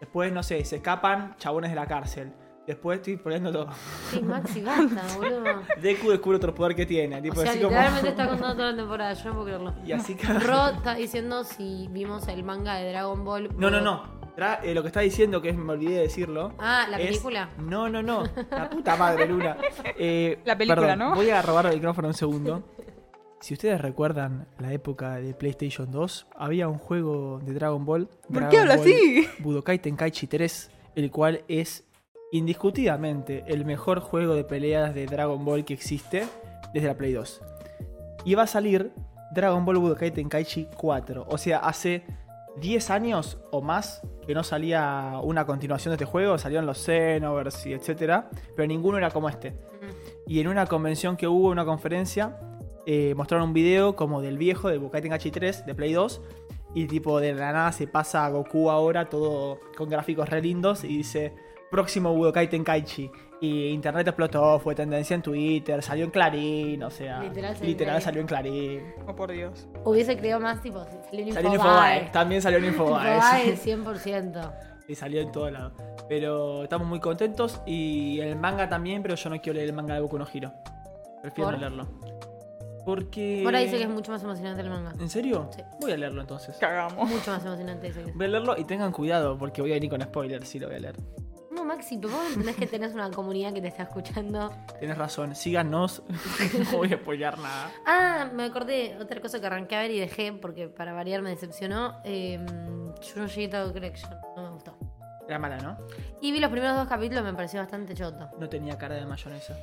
S4: Después, no sé, se escapan chabones de la cárcel. Después estoy poniendo todo.
S2: Sí, Maxi, basta, boludo.
S4: Deku descubre otro poder que tiene.
S2: O
S4: Tipo,
S2: sea,
S4: así como...
S2: literalmente está contando toda la temporada, yo no puedo creerlo.
S4: Y así cada...
S2: Ro está diciendo si vimos el manga de Dragon Ball.
S4: No, no,
S2: Bro.
S4: no. Tra- eh, lo que está diciendo, que es- me olvidé de decirlo.
S2: Ah, la
S4: es-
S2: película.
S4: No, no, no. La puta madre, Luna. Eh,
S3: La película,
S4: perdón,
S3: ¿no?
S4: Voy a robar el micrófono un segundo. Si ustedes recuerdan la época de PlayStation 2, había un juego de Dragon Ball.
S3: ¿Por
S4: Dragon
S3: qué habla
S4: Ball
S3: así?
S4: Budokai Tenkaichi 3, el cual es indiscutidamente el mejor juego de peleas de Dragon Ball que existe desde la Play 2. Y va a salir Dragon Ball Budokai Tenkaichi 4. O sea, hace 10 años o más que no salía una continuación de este juego, salieron los Xenovers y etcétera, pero ninguno era como este. Y en una convención que hubo, una conferencia, eh, mostraron un video como del viejo de Budokai Tenkaichi 3 de Play 2 y tipo de la nada se pasa a Goku ahora todo con gráficos re lindos y dice próximo Budokai Tenkaichi y internet explotó, fue tendencia en Twitter, salió en Clarín, o sea,
S2: Literal salió en
S4: literal
S2: Clarín.
S4: salió en Clarín.
S3: Oh, por Dios.
S2: Hubiese creído más tipo, salió en
S4: Salió en
S2: Infobae.
S4: Infobae, también salió en
S2: Infobae
S4: Infobae.
S2: 100%.
S4: y salió en todo lado. Pero estamos muy contentos y el manga también, pero yo no quiero leer el manga de Boku no Hiro. Prefiero no
S2: ¿Por?
S4: leerlo. Porque...
S2: Ahora dice que es mucho más emocionante el manga.
S4: ¿En serio?
S2: Sí.
S4: Voy a leerlo entonces.
S3: Cagamos.
S2: Mucho más emocionante dice que es.
S4: Voy a leerlo y tengan cuidado porque voy a venir con spoilers si lo voy a leer.
S2: No, Maxi, pero vos entendés que tenés una comunidad que te está escuchando.
S4: Tienes razón, síganos. no voy a spoilear nada.
S2: Ah, me acordé otra cosa que arranqué a ver y dejé porque para variar me decepcionó. Eh, Shurujito Collection, no me gustó.
S4: Era mala, ¿no?
S2: Y vi los primeros dos capítulos, me pareció bastante choto.
S4: No tenía cara de mayonesa.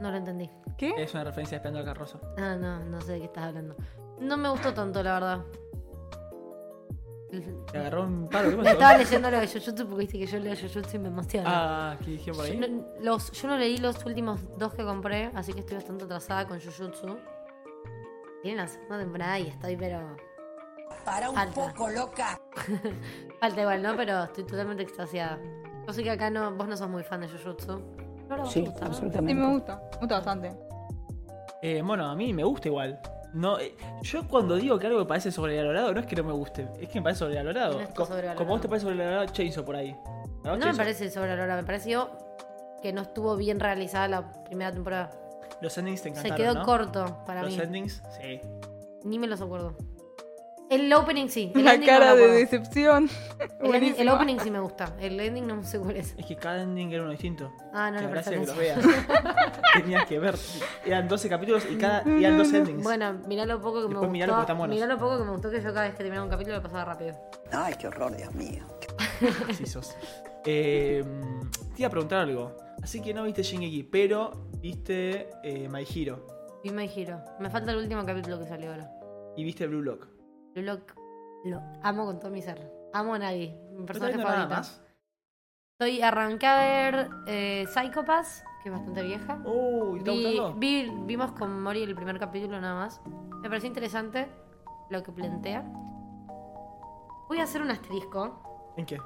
S2: No lo entendí.
S3: ¿Qué?
S4: Es una referencia a Esperando al Carrozo.
S2: Ah, no, no sé de qué estás hablando. No me gustó tanto, la verdad.
S4: Te agarró un paro. ¿Qué pasó?
S2: Estaba leyendo lo de Jujutsu porque viste que yo leo Jujutsu y me emociono.
S4: Ah, ¿qué dijeron por
S2: Yo
S4: ahí?
S2: no, los, yo no leí los últimos dos que compré, así que estoy bastante atrasada con Jujutsu. Tienen la segunda temporada y estoy, pero.
S1: para un
S2: Falta.
S1: poco loca.
S2: Falta igual, ¿no? Pero estoy totalmente extasiada. Yo sé que acá no, vos no sos muy fan de Jujutsu. No lo
S5: Sí,
S2: gusta.
S3: Sí,
S5: absolutamente.
S3: me gusta. Me gusta bastante.
S4: Eh, bueno, a mí me gusta igual. No, eh, yo cuando digo que algo me parece sobrevalorado, no es que no me guste, es que me parece sobrevalorado.
S2: No está
S4: Co-
S2: sobrevalorado.
S4: Como vos te parece sobrevalorado, Chainsaw por ahí. ¿A vos
S2: No me
S4: Chainsaw?
S2: parece sobrevalorada, me pareció que no estuvo bien realizada la primera temporada.
S4: Los endings te
S2: Se
S4: encantaron,
S2: quedó
S4: ¿no?
S2: corto para
S4: Los
S2: mí.
S4: endings, sí.
S2: Ni me los acuerdo. El opening sí. El
S3: La
S2: ending no
S3: cara
S2: me
S3: de
S2: acuerdo.
S3: decepción.
S2: El, ending- el
S3: Buenísimo.
S2: opening sí me gusta. El ending no sé cuál es.
S4: Es que cada ending era uno distinto.
S2: Ah, no
S4: La
S2: lo
S4: gracia
S2: presté
S4: es que los
S2: atención.
S4: veas. Tenías que ver. Eran 12 capítulos y cada y eran dos endings.
S2: Bueno, mirá lo poco que
S4: Después
S2: me gustó.
S4: miralo porque están buenos.
S2: mirá lo poco que me gustó que yo cada vez que terminaba un capítulo lo pasaba rápido.
S5: Ay, qué horror, Dios mío.
S4: Sí sos. Eh, te iba a preguntar algo. Así que no viste Shingeki, pero viste eh, My Hero
S2: Y me giro. Me falta el último capítulo que salió ahora.
S4: y viste Blue Lock.
S2: Blue Lock lo amo con todo mi ser. Amo a Nagi, mi
S4: ¿No estás
S2: personaje
S4: viendo
S2: favorito.
S4: nada más?
S2: Estoy arranqué a ver eh, Psycho Pass, que es bastante vieja.
S4: Uy, Oh, ¿te está
S2: Vi-
S4: gustando?
S2: vi- vimos con Mori el primer capítulo nada más. Me pareció interesante lo que plantea. Voy a hacer un asterisco
S4: ¿En qué?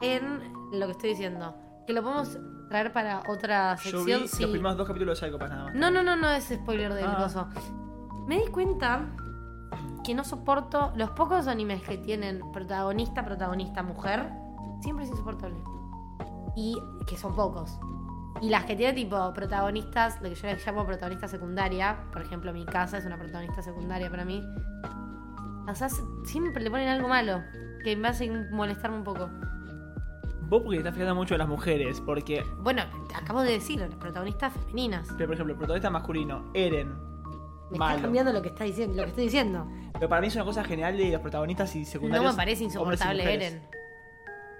S2: en lo que estoy diciendo. Que lo podemos traer para otra
S4: Yo
S2: sección.
S4: vi
S2: si-
S4: los primeros dos capítulos de Psycho Pass nada más.
S2: No, no, no, no es spoiler del
S4: Ah.
S2: coso. Me di cuenta que no soporto los pocos animes que tienen protagonista, protagonista, mujer. Siempre es insoportable. Y que son pocos. Y las que tiene tipo protagonistas, lo que yo les llamo protagonista secundaria, por ejemplo, mi casa es una protagonista secundaria para mí. O sea, se- siempre le ponen algo malo, que me hace molestarme un poco.
S4: Vos porque te estás fijando mucho en las mujeres, porque,
S2: Bueno, acabo de decirlo, las protagonistas femeninas.
S4: pero, por ejemplo, el protagonista masculino, Eren.
S2: Me está
S4: Malo.
S2: cambiando lo que está diciendo, lo que estoy diciendo.
S4: Pero para mí es una cosa general de los protagonistas y secundarios.
S2: No me parece
S4: hombres y
S2: insoportable,
S4: mujeres.
S2: Eren.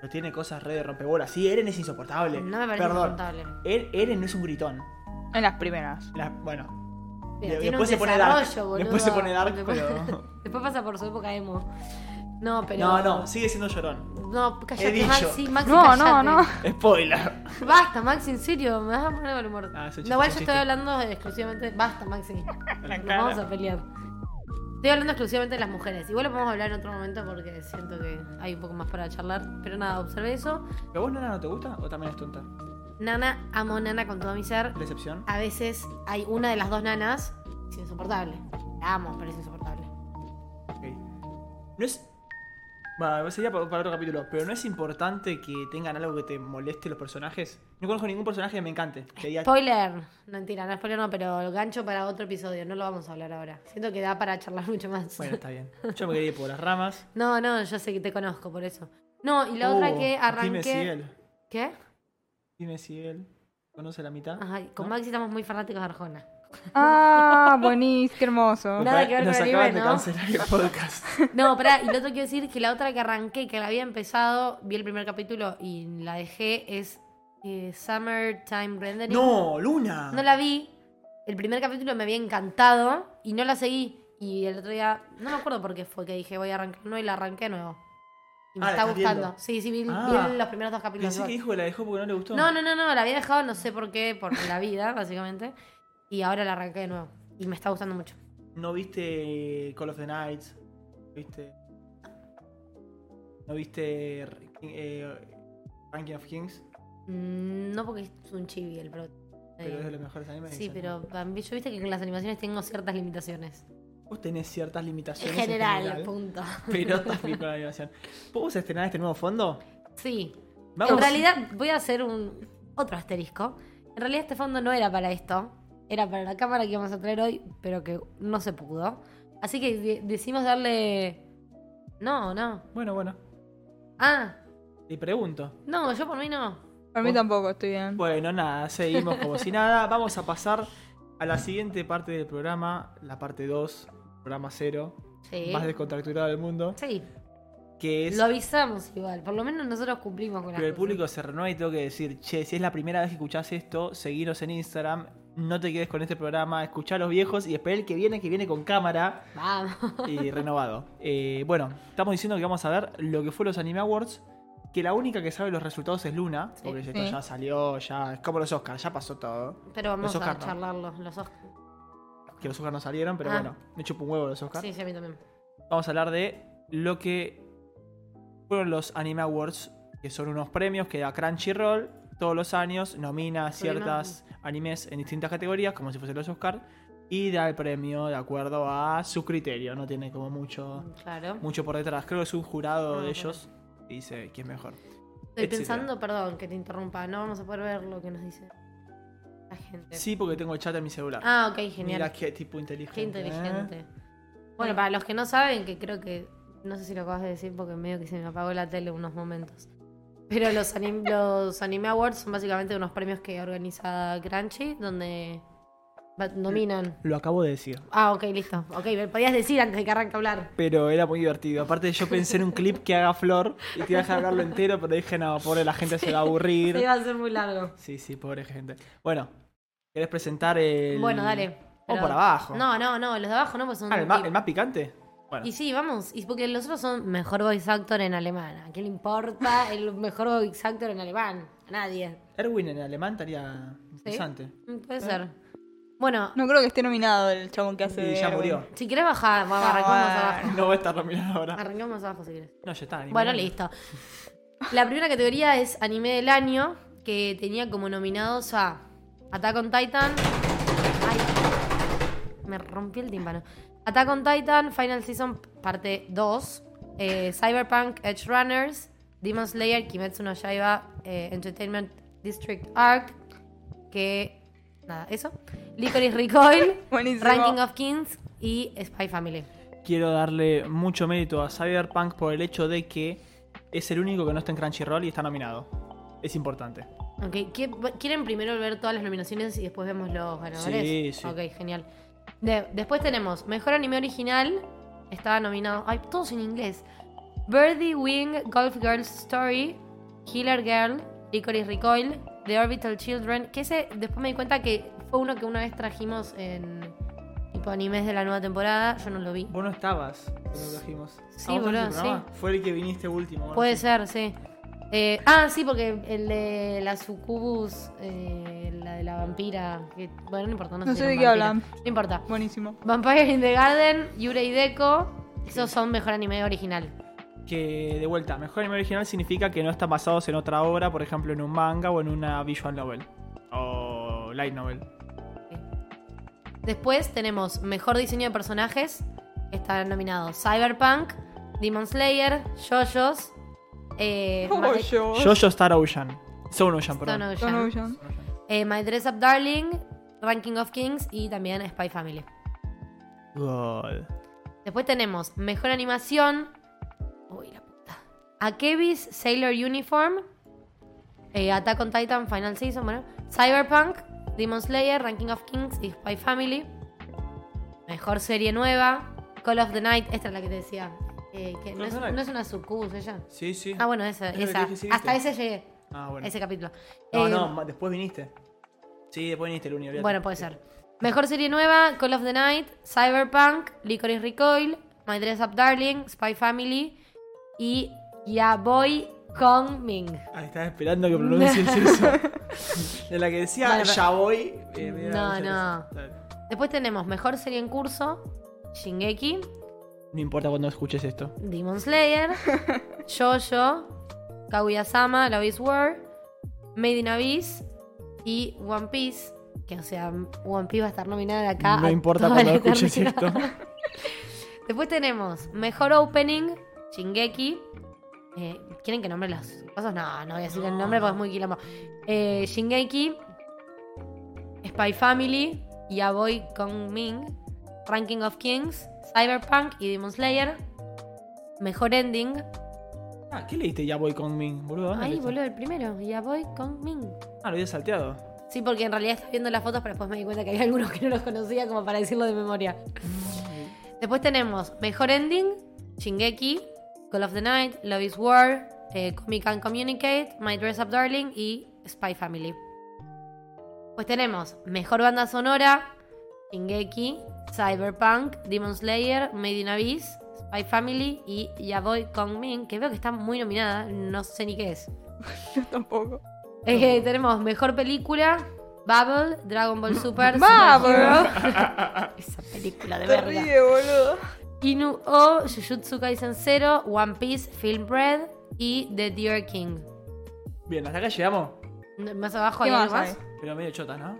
S4: Pero tiene cosas re de rompebolas. Sí, Eren es insoportable.
S2: No me parece
S4: Perdón.
S2: insoportable.
S4: Er- Eren no es un gritón.
S3: En las primeras.
S4: La- bueno,
S2: Mira,
S4: De-
S2: tiene
S4: después
S2: un
S4: se pone
S2: desarrollo,
S4: dark.
S2: boludo.
S4: Después se pone dark,
S2: Después-
S4: pero-
S2: Después pasa por su época emo. No, pero.
S4: no, no, sigue siendo llorón.
S2: No,
S4: He
S2: cállate,
S4: dicho.
S2: Maxi, Maxi,
S3: No,
S2: cállate.
S3: no, no.
S4: Spoiler.
S2: Basta, Maxi, en serio, me vas a poner de mal humor.
S4: Ah, es un chiste,
S2: no, igual
S4: es
S2: yo
S4: un
S2: estoy
S4: chiste.
S2: hablando de- exclusivamente. Basta, Maxi. Nos vamos a pelear. Estoy hablando exclusivamente de las mujeres. Igual lo podemos hablar en otro momento porque siento que hay un poco más para charlar. Pero nada, observé eso.
S4: ¿Pero vos, Nana, no te gusta o también es tonta?
S2: Nana, amo a Nana con todo mi ser.
S4: Decepción.
S2: a veces hay una de las dos nanas es insoportable. La amo, pero es insoportable.
S4: Ok. No es. Bueno, sería pa- para otro capítulo, pero no es importante que tengan algo que te moleste los personajes. No conozco ningún personaje que me encante. Que diga,
S2: Spoiler, no mentira, no spoiler no, pero el gancho para otro episodio, no lo vamos a hablar ahora. Siento que da para charlar mucho más.
S4: Bueno, está bien. Yo me quería ir por las ramas.
S2: No, no, yo sé que te conozco por eso. No, y la otra
S4: Oh,
S2: que
S4: Dime si
S2: arranqué.
S4: él.
S2: ¿Qué?
S4: Dime si él. ¿Conoce la mitad?
S2: Ajá, y con
S4: ¿No?
S2: Maxi estamos muy fanáticos de Arjona.
S3: Ah, buenísimo, qué hermoso.
S2: Nada que ver
S4: Nos
S2: con el
S4: acaban
S2: anime,
S4: de
S2: ¿no?
S4: cancelar el podcast.
S2: No, pará, y lo otro quiero decir que la otra que arranqué, que la había empezado, vi el primer capítulo y la dejé, es eh, Summertime Rendering.
S4: ¡No, Luna!
S2: No la vi. El primer capítulo me había encantado y no la seguí. Y el otro día, no me acuerdo por qué fue que dije voy a arrancar no y la arranqué de nuevo. Y me
S4: Ah, la
S2: está
S4: estás
S2: gustando.
S4: viendo.
S2: Sí, sí, vi, vi
S4: Ah.
S2: los primeros dos capítulos.
S4: Pensé que dijo que la dejó porque no le gustó.
S2: no, no, no, no, la había dejado no sé por qué, por la vida, básicamente. Y ahora la arranqué de nuevo. Y me está gustando mucho.
S4: ¿No viste Call of the Nights? ¿No viste. ¿No viste. eh, Ranking of Kings?
S2: Mm, No porque es un chibi el pro.
S4: Pero es de
S2: eh,
S4: los mejores animes.
S2: Sí,
S4: dicen.
S2: pero a mí- yo viste que con las animaciones tengo ciertas limitaciones.
S4: Vos tenés ciertas
S2: En
S4: limitaciones. en
S2: general,
S4: general,
S2: punto.
S4: Pero estás bien con la animación. ¿Podemos estrenar este nuevo fondo?
S2: Sí,
S4: Vamos.
S2: En realidad, voy a hacer un otro asterisco. En realidad este fondo no era para esto. Era para la cámara que íbamos a traer hoy, pero que no se pudo. Así que de- decimos darle... No, no.
S4: Bueno, bueno.
S2: Ah,
S4: Te pregunto.
S2: no, yo por mí no.
S3: Para mí tampoco estoy bien.
S4: Bueno, nada, seguimos como si nada. Vamos a pasar a la siguiente parte del programa, la parte 2, programa 0,
S2: Sí.
S4: más descontracturado del mundo,
S2: Sí,
S4: que es
S2: lo avisamos igual. Por lo menos nosotros cumplimos con las
S4: Pero el
S2: cosas.
S4: público se renueva y tengo que decir, che, si es la primera vez que escuchás esto, seguiros en Instagram, no te quedes con este programa, escuchá a los viejos y espera el que viene, que viene con cámara
S2: Vamos.
S4: y renovado. Eh, bueno, estamos diciendo que vamos a ver lo que fue los Anime Awards, que la única que sabe los resultados es Luna,
S2: Sí.
S4: porque esto
S3: Sí.
S4: ya salió, ya es como los Oscars, ya pasó todo.
S2: Pero vamos
S4: Los Oscar
S2: a
S4: no.
S2: charlarlos. Los Oscar.
S4: Que los Oscars no salieron, pero
S2: Ah.
S4: bueno, me chupo un huevo los Oscars.
S2: Sí, sí, a mí también.
S4: Vamos a hablar de lo que fueron los Anime Awards, que son unos premios que da Crunchyroll todos los años, nomina ciertas animes en distintas categorías, como si fuesen los Oscar, y da el premio de acuerdo a su criterio, no tiene como mucho,
S2: Claro.
S4: mucho por detrás. Creo que es un jurado
S2: Ah,
S4: de
S2: ok.
S4: ellos que dice quién es mejor.
S2: Estoy
S4: etcétera.
S2: pensando, perdón, que te interrumpa. No vamos a poder ver lo que nos dice la gente.
S4: Sí, porque tengo el chat en mi celular.
S2: Ah, ok, genial.
S4: Mira qué tipo inteligente.
S2: Qué inteligente.
S4: ¿eh?
S2: Bueno, para los que no saben, que creo que. No sé si lo acabas de decir porque medio que se me apagó la tele unos momentos. Pero los, anim- los Anime Awards son básicamente unos premios que organiza Crunchy, donde va- nominan.
S4: ¿eh? Lo acabo de decir.
S2: Ah, ok, listo. Ok, me podías decir antes de que arranque a hablar.
S4: Pero era muy divertido. Aparte, yo pensé en un clip que haga Flor y te iba a dejar hablarlo entero, pero dije, no, pobre, la gente se va a
S2: Se
S4: aburrir.
S2: iba a ser muy largo.
S4: Sí, sí, pobre gente. Bueno, ¿querés presentar el.
S2: Bueno, dale.
S4: O
S2: Pero-
S4: por abajo.
S2: No, no, no, los de abajo no, pues son.
S4: Ah, ¿el más,
S2: y-
S4: el más picante? Bueno,
S2: Y sí, vamos, y porque los otros son mejor voice actor en alemán. ¿A quién le importa el mejor voice actor en alemán? A nadie.
S4: Erwin en alemán estaría interesante.
S2: Mm, Puede ser. Bueno,
S3: Eh. No creo que esté nominado el chabón que hace.
S4: Y
S3: de
S4: ya
S3: Erwin.
S4: murió.
S2: si querés bajar, vamos,
S3: Ah,
S2: arrancamos
S3: bueno.
S2: abajo.
S4: No va a estar nominado ahora.
S2: Arrancamos abajo si querés.
S4: No, ya está. ni
S2: Ah. Bueno,
S4: mirando.
S2: listo. La primera categoría es anime del año, que tenía como nominados a Attack on Titan. Ay, me rompí el tímpano. Attack on Titan, Final Season parte 2, eh, Cyberpunk Edge Runners, Demon Slayer, Kimetsu no Yaiba, eh, Entertainment District Arc, que nada, eso. Licorice Recoil,
S3: Buenísimo.
S2: Ranking of Kings y Spy Family.
S4: Quiero darle mucho mérito a Cyberpunk por el hecho de que es el único que no está en Crunchyroll y está nominado. Es importante.
S2: Ok, ¿qué- ¿quieren primero ver todas las nominaciones y después vemos los ganadores?
S4: Sí, sí.
S2: Ok, genial. De- después tenemos Mejor Anime Original. Estaba nominado. Ay, todos en inglés. Birdie Wing, Golf Girls Story, Killer Girl, Licorice Recoil, The Orbital Children. Que ese, después me di cuenta que fue uno que una vez trajimos en tipo animes de la nueva temporada. Yo no lo vi.
S4: Vos no estabas cuando lo trajimos.
S2: Sí,
S4: Ah, ¿vos
S2: boludo,
S4: estabas en el programa? Fue el que viniste último. bueno,
S2: Puede
S4: sí.
S2: ser, sí. Eh, ah, sí, porque el de la sucubus, eh, la de la vampira. que- bueno, no importa, no,
S3: No
S2: si
S3: sé de
S2: eran
S3: qué
S2: vampira.
S3: hablan.
S2: No importa.
S3: Buenísimo.
S2: Vampire in the Garden, Yurei Deco. Esos son mejor anime original.
S4: Que, de vuelta, mejor anime original significa que no están basados en otra obra, por ejemplo, en un manga o en una visual novel. O light novel.
S2: Después tenemos mejor diseño de personajes. Están nominados Cyberpunk, Demon Slayer, JoJo's, eh,
S3: Oh,
S2: Magic-
S3: yo.
S4: Jojo Star Ocean. Son Ocean, perdón.
S2: Stone Ocean,
S3: Stone Ocean.
S2: eh, My Dress Up Darling, Ranking of Kings y también Spy Family.
S4: God.
S2: Después tenemos mejor animación. Uy, la puta. Akebis Sailor Uniform. eh, Attack on Titan Final Season, bueno. Cyberpunk, Demon Slayer, Ranking of Kings y Spy Family. Mejor serie nueva. Call of the Night, esta es la que te decía. eh, que no,
S4: Call of
S2: es,
S4: the Night.
S2: no es una succubus ella.
S4: Sí, sí.
S2: Ah, bueno, esa.
S4: Es la que
S2: esa.
S4: dije, sí,
S2: Hasta
S4: viste.
S2: ese llegué.
S4: Ah, bueno.
S2: Ese capítulo.
S4: No,
S2: Eh,
S4: no, ma- después viniste. Sí, después viniste el único.
S2: Bueno, puede ser. Mejor serie nueva, Call of the Night, Cyberpunk, Licorice Recoil, My Dress Up Darling, Spy Family y Ya Boy Kong Ming.
S4: Ah, estaba esperando que pronuncies eso. De la que decía
S2: Bueno, pero-
S4: ya voy. eh, me da
S2: No,
S4: mucha
S2: no.
S4: risa. Dale.
S2: Después tenemos Mejor Serie en Curso, Shingeki,
S4: No importa cuando escuches esto.
S2: Demon Slayer, Jojo, Kaguya-sama, Love is War, Made in Abyss y One Piece. Que, o sea, One Piece va a estar nominada de acá.
S4: No
S2: a
S4: importa
S2: toda la
S4: cuando escuches
S2: eternidad.
S4: esto.
S2: Después tenemos Mejor Opening, Shingeki. Eh, ¿Quieren que nombre las cosas? No, no voy a decir el nombre porque es muy quilombo. Eh, Shingeki, Spy Family, Yaboy Kong Ming, Ranking of Kings, Cyberpunk y Demon Slayer. Mejor ending.
S4: Ah, ¿qué leíste ya voy con Ming, boludo? ¿Dónde
S2: Ahí,
S4: leíste?
S2: boludo, el primero. Yaboy Kong Ming.
S4: Ah, lo había salteado.
S2: Sí, porque en realidad estoy viendo las fotos, pero después me di cuenta que hay algunos que no los conocía como para decirlo de memoria. Después tenemos Mejor Ending, Shingeki, Call of the Night, Love is War, eh, Comic and Communicate, My Dress Up Darling y Spy Family. Pues tenemos Mejor Banda Sonora, Shingeki, Cyberpunk, Demon Slayer, Made in Abyss, Spy Family y Yaboy Kong Min, que veo que está muy nominada, no sé ni qué es.
S3: Yo tampoco.
S2: Eh, tenemos mejor película, Bubble, Dragon Ball Super,
S3: Bubble.
S2: Superhero. Esa película de
S3: Te
S2: verga.
S3: ríe, boludo.
S2: Inu O, Jujutsu Kaisen Zero, One Piece, Film Bread y The Deer King.
S4: Bien, hasta acá llegamos.
S2: No, Más abajo hay
S3: ¿Qué
S2: algo
S3: más
S2: más.
S3: hay?
S4: Pero medio chota, ¿no?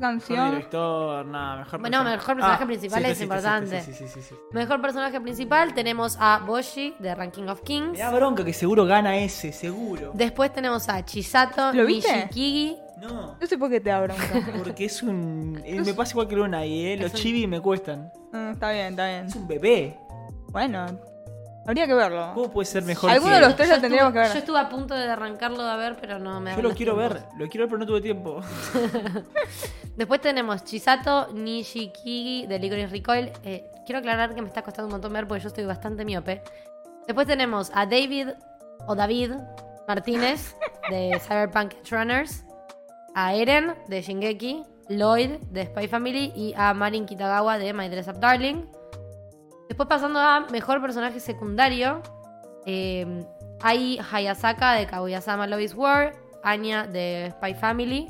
S4: Mejor
S3: canción.
S4: director, nada, mejor
S2: Bueno,
S4: persona-
S2: mejor personaje principal es
S4: sí, sí,
S2: importante.
S4: Sí, sí, sí, sí, sí.
S2: Mejor personaje principal tenemos a Boshi de Ranking of
S4: Me
S2: Kings.
S4: da bronca que seguro gana ese, seguro.
S2: Después tenemos a Chisato
S3: ¿Lo viste?
S2: Nishikigi.
S4: No,
S3: No sé por qué te abro. bronca.
S4: porque es un. eh, me pasa igual que Luna y eh, los chibi me cuestan.
S3: Mm, está bien, está bien.
S4: Es un bebé.
S3: Bueno, habría que verlo.
S4: ¿Cómo puede ser mejor?
S3: Alguno
S4: que-
S3: de los tres
S2: Yo
S3: lo tendríamos que
S2: estuve-
S3: ver.
S2: Yo estuve a punto de arrancarlo a ver, pero no
S4: Yo
S2: me daban
S4: lo
S2: los
S4: quiero
S2: tiempos.
S4: ver, lo quiero ver, pero no tuve tiempo.
S2: Después tenemos Chisato Nishikigi de Licorice Recoil. Eh, quiero aclarar que me está costando un montón ver porque yo estoy bastante miope. Después tenemos a David o David Martínez de Cyberpunk Runners, a Eren de Shingeki, Lloyd de Spy Family y a Marin Kitagawa de My Dress Up Darling. Después pasando a mejor personaje secundario, eh, Ai Hayasaka de Kaguya-sama Love is War, Anya de Spy Family.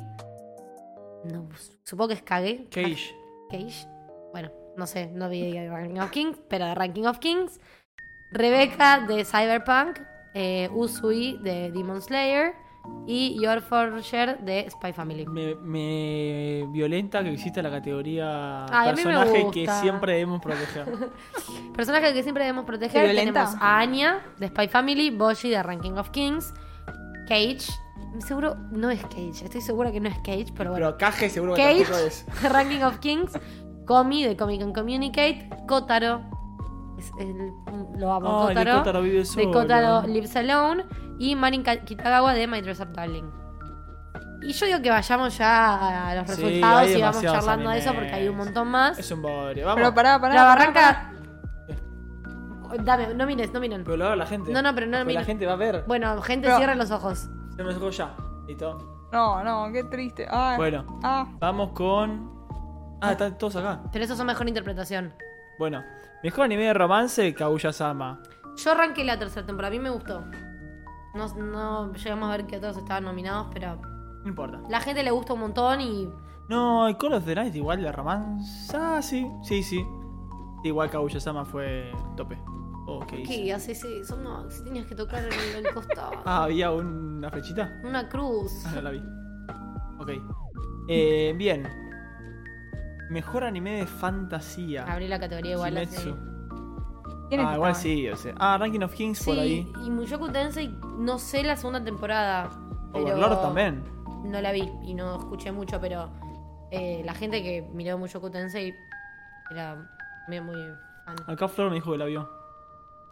S2: No, supongo que es Kage.
S4: Cage.
S2: Cage. Bueno, no sé, no vi de Ranking of Kings, pero de Ranking of Kings. Rebeca de Cyberpunk, eh, Usui de Demon Slayer y Your Forger de Spy Family.
S4: Me, me violenta que exista la categoría
S2: Ay, a mí me
S4: personaje que
S2: gusta.
S4: siempre debemos proteger.
S2: Personajes que siempre debemos
S3: ¿Qué
S2: proteger
S3: violenta?
S2: tenemos a Anya de Spy Family, Boshi de Ranking of Kings, Cage. Seguro no es Cage, estoy segura que no es Cage, pero bueno.
S4: Pero Cage seguro que
S2: Cage
S4: tampoco es.
S2: de Ranking of Kings, Komi de Comic and Communicate, Kotaro. es el- lo amo,
S4: Ah, el de
S2: Kotaro.
S4: Kotaro vive
S2: de
S4: solo.
S2: Kotaro Lives Alone y Marin Ka- Kitagawa de My Dress Up Darling. Y yo digo que vayamos ya a los
S4: Sí,
S2: resultados
S4: hay
S2: y vamos
S4: demasiados
S2: charlando de eso
S4: animes.
S2: porque hay un montón más.
S4: Es un bodrio, vamos.
S3: Pero pará, pará.
S2: la
S3: pará, pará.
S2: barranca. Dame, no mires, no miren.
S4: Pero lo haga la gente.
S2: No, no, pero no
S4: Porque
S2: mira.
S4: La gente va a ver.
S2: Bueno, gente,
S3: Pero-
S2: cierren los ojos.
S4: Se nos dejó ya. Listo.
S3: No, no, qué triste. Ah,
S4: Bueno,
S3: ah,
S4: vamos con. Ah, están todos acá.
S2: Pero eso son mejor interpretación.
S4: Bueno, mejor anime de romance, Kaguya-sama.
S2: Yo arranqué la tercera temporada, a mí me gustó. No, no llegamos a ver que todos estaban nominados, pero
S4: No importa.
S2: la gente le gusta un montón y
S4: No, y Call of the Night igual de romance. Ah, sí, sí, sí. Igual Kaguya-sama fue tope. Oh, ¿qué hice?
S2: ¿Qué haces eso? No, si tenías que tocar el, el costado.
S4: Ah, había una flechita.
S2: Una cruz.
S4: Ah, no la vi. Ok. Eh, bien. Mejor anime de fantasía.
S2: Abrí la categoría igual. así.
S4: Kimetsu.
S3: ¿quiénes
S4: Ah, igual
S3: estaban?
S4: sí, o sea. Ah, Ranking of Kings por
S2: Sí,
S4: ahí.
S2: y Mushoku Tensei, no sé la segunda temporada. pero
S4: Overlord también.
S2: No la vi y no escuché mucho, pero eh, la gente que miró Mushoku Tensei era medio muy fan.
S4: Acá Flor me dijo que la vio.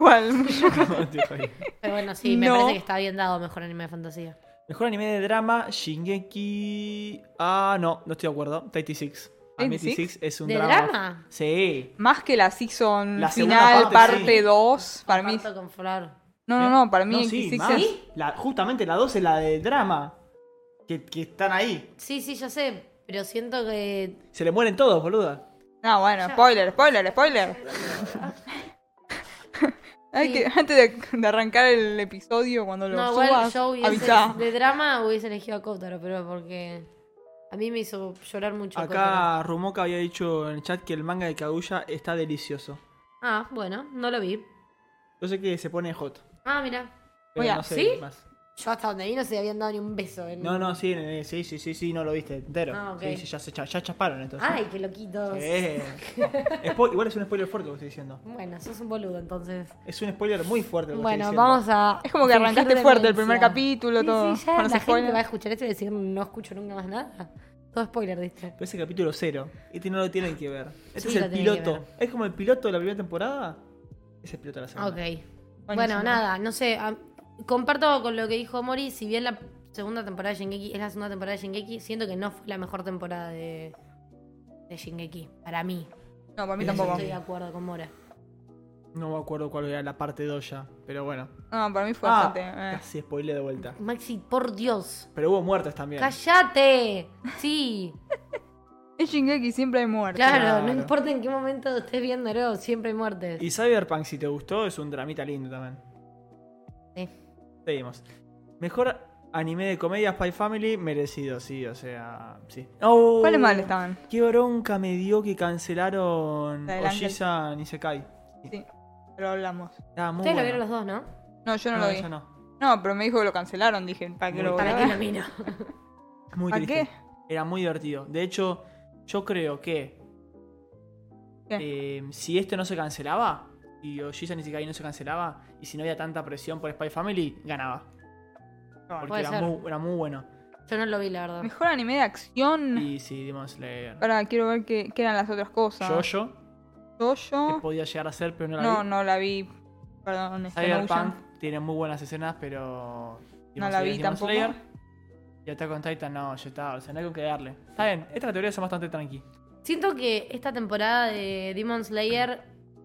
S3: ¿Cuál?
S4: Dijo ahí.
S2: Pero bueno, sí, me
S3: No.
S2: parece que está bien dado mejor anime de fantasía.
S4: Mejor anime de drama, Shingeki. Ah, no, no estoy de acuerdo. 86. Ah,
S3: 86?
S4: 86 es un
S2: ¿De
S4: drama.
S2: drama?
S4: Sí.
S3: Más que la season
S4: La segunda parte,
S3: final,
S4: sí.
S3: parte 2, para mí.
S2: Comparto con Flor.
S3: No, no, no, para mí
S4: No, sí,
S3: XX
S4: más.
S3: es-
S4: La- justamente la 2 es la de drama. Que, que están ahí.
S2: Sí, sí, ya sé, pero siento que.
S4: Se le mueren todos, boluda.
S3: No, bueno,
S2: Ya.
S3: spoiler, spoiler, spoiler. Hay
S2: Sí.
S3: que, antes de, de arrancar el episodio, cuando lo
S2: No, igual
S3: subas,
S2: yo hubiese.
S3: avisá.
S2: De drama hubiese elegido a Kotaro, pero porque. A mí me hizo llorar mucho. Kotaro.
S4: Acá Rumoka había dicho en el chat que el manga de Kaguya está delicioso.
S2: Ah, bueno, no lo vi.
S4: Yo sé que se pone hot.
S2: Ah, mira.
S4: pero
S3: Oiga,
S4: no sé
S2: ¿sí?
S4: más.
S2: Yo hasta donde vi no se habían dado ni un beso. En...
S4: No, no, sí, eh, sí, sí, sí, sí, no lo viste entero.
S2: Ah, ok.
S4: Sí, sí, ya, se, cha- ya chaparon entonces.
S2: Ay, qué loquitos.
S4: Eh, spo- igual es un spoiler fuerte lo que estoy diciendo.
S2: Bueno, sos un boludo entonces.
S4: Es un spoiler muy fuerte. Lo que
S2: Bueno,
S4: estoy diciendo.
S2: vamos a.
S3: Es como que
S2: fingir
S3: arrancaste fuerte el
S2: demencia.
S3: primer capítulo,
S2: Sí,
S3: todo.
S2: sí, ya
S3: con los
S2: la gente
S3: spoilers.
S2: va a escuchar esto y decir, no escucho nunca más nada. Todo spoiler, ¿viste?
S4: Pero ese capítulo cero. Este no lo tienen que ver. Este
S2: Sí,
S4: es
S2: lo
S4: el
S2: tienen que
S4: piloto. Es como el piloto de la primera temporada. Es el piloto de la segunda.
S2: Ok. Bueno, nada, no sé. a- comparto con lo que dijo Mori. Si bien la segunda temporada de Shingeki es la segunda temporada de Shingeki, siento que no fue la mejor temporada de, de Shingeki. Para mí.
S3: No, para mí
S4: Sí,
S3: tampoco.
S2: Estoy de acuerdo con Mora.
S4: No me acuerdo cuál era la parte 2 ya. Pero bueno.
S3: No, para mí fue
S4: Ah,
S3: bastante. eh.
S4: casi spoiler de vuelta.
S2: Maxi, por Dios.
S4: Pero hubo muertes también.
S2: ¡Cállate! Sí.
S3: En Shingeki siempre hay muerte.
S2: Claro, no
S4: Claro.
S2: importa en qué momento estés viéndolo, siempre hay muertes.
S4: Y Cyberpunk, si te gustó, es un dramita lindo también.
S2: Sí.
S4: Seguimos. Mejor Anime de comedia Spy Family, merecido, sí, o sea, sí. Oh,
S3: ¿Cuáles mal estaban?
S4: Qué bronca me dio que cancelaron
S3: La del ángel.
S4: Ojisan y Sekai.
S3: Sí, pero hablamos.
S4: Estaba muy
S2: Ustedes lo
S4: bueno.
S2: vieron los dos, ¿no?
S3: No, yo no,
S4: No,
S3: lo vi.
S4: yo
S3: No.
S4: no.
S3: pero me dijo que lo cancelaron, dije, ¿para qué lo voy a
S2: ¿Para qué
S3: ver?
S2: lo miro?
S4: Muy
S3: ¿Para
S4: triste.
S3: qué?
S4: Era muy divertido. De hecho, yo creo que eh, si este no se cancelaba, y Ojisan y Sekai no se cancelaba, y si no había tanta presión por Spy Family, ganaba.
S3: Ah,
S4: Porque
S2: Puede
S4: era
S2: ser.
S4: muy, era muy bueno.
S2: Yo no lo vi, la verdad.
S3: Mejor anime de acción.
S4: Y sí, Demon Slayer.
S3: Ahora quiero ver qué, qué eran las otras cosas.
S4: Jojo,
S3: Yo-Yo.
S4: que podía llegar a ser, pero no la
S3: No,
S4: vi.
S3: no la vi. Perdón, este
S4: Cyberpunk
S3: Motion.
S4: tiene muy buenas escenas, pero.
S3: No
S4: Demon
S3: la
S4: Slayer es
S3: vi
S4: Demon
S3: tampoco.
S4: Slayer. Y Attack on Titan, no, ya está, o sea, no hay con qué darle. Está bien, estas teorías son bastante tranqui.
S2: Siento que esta temporada de Demon Slayer,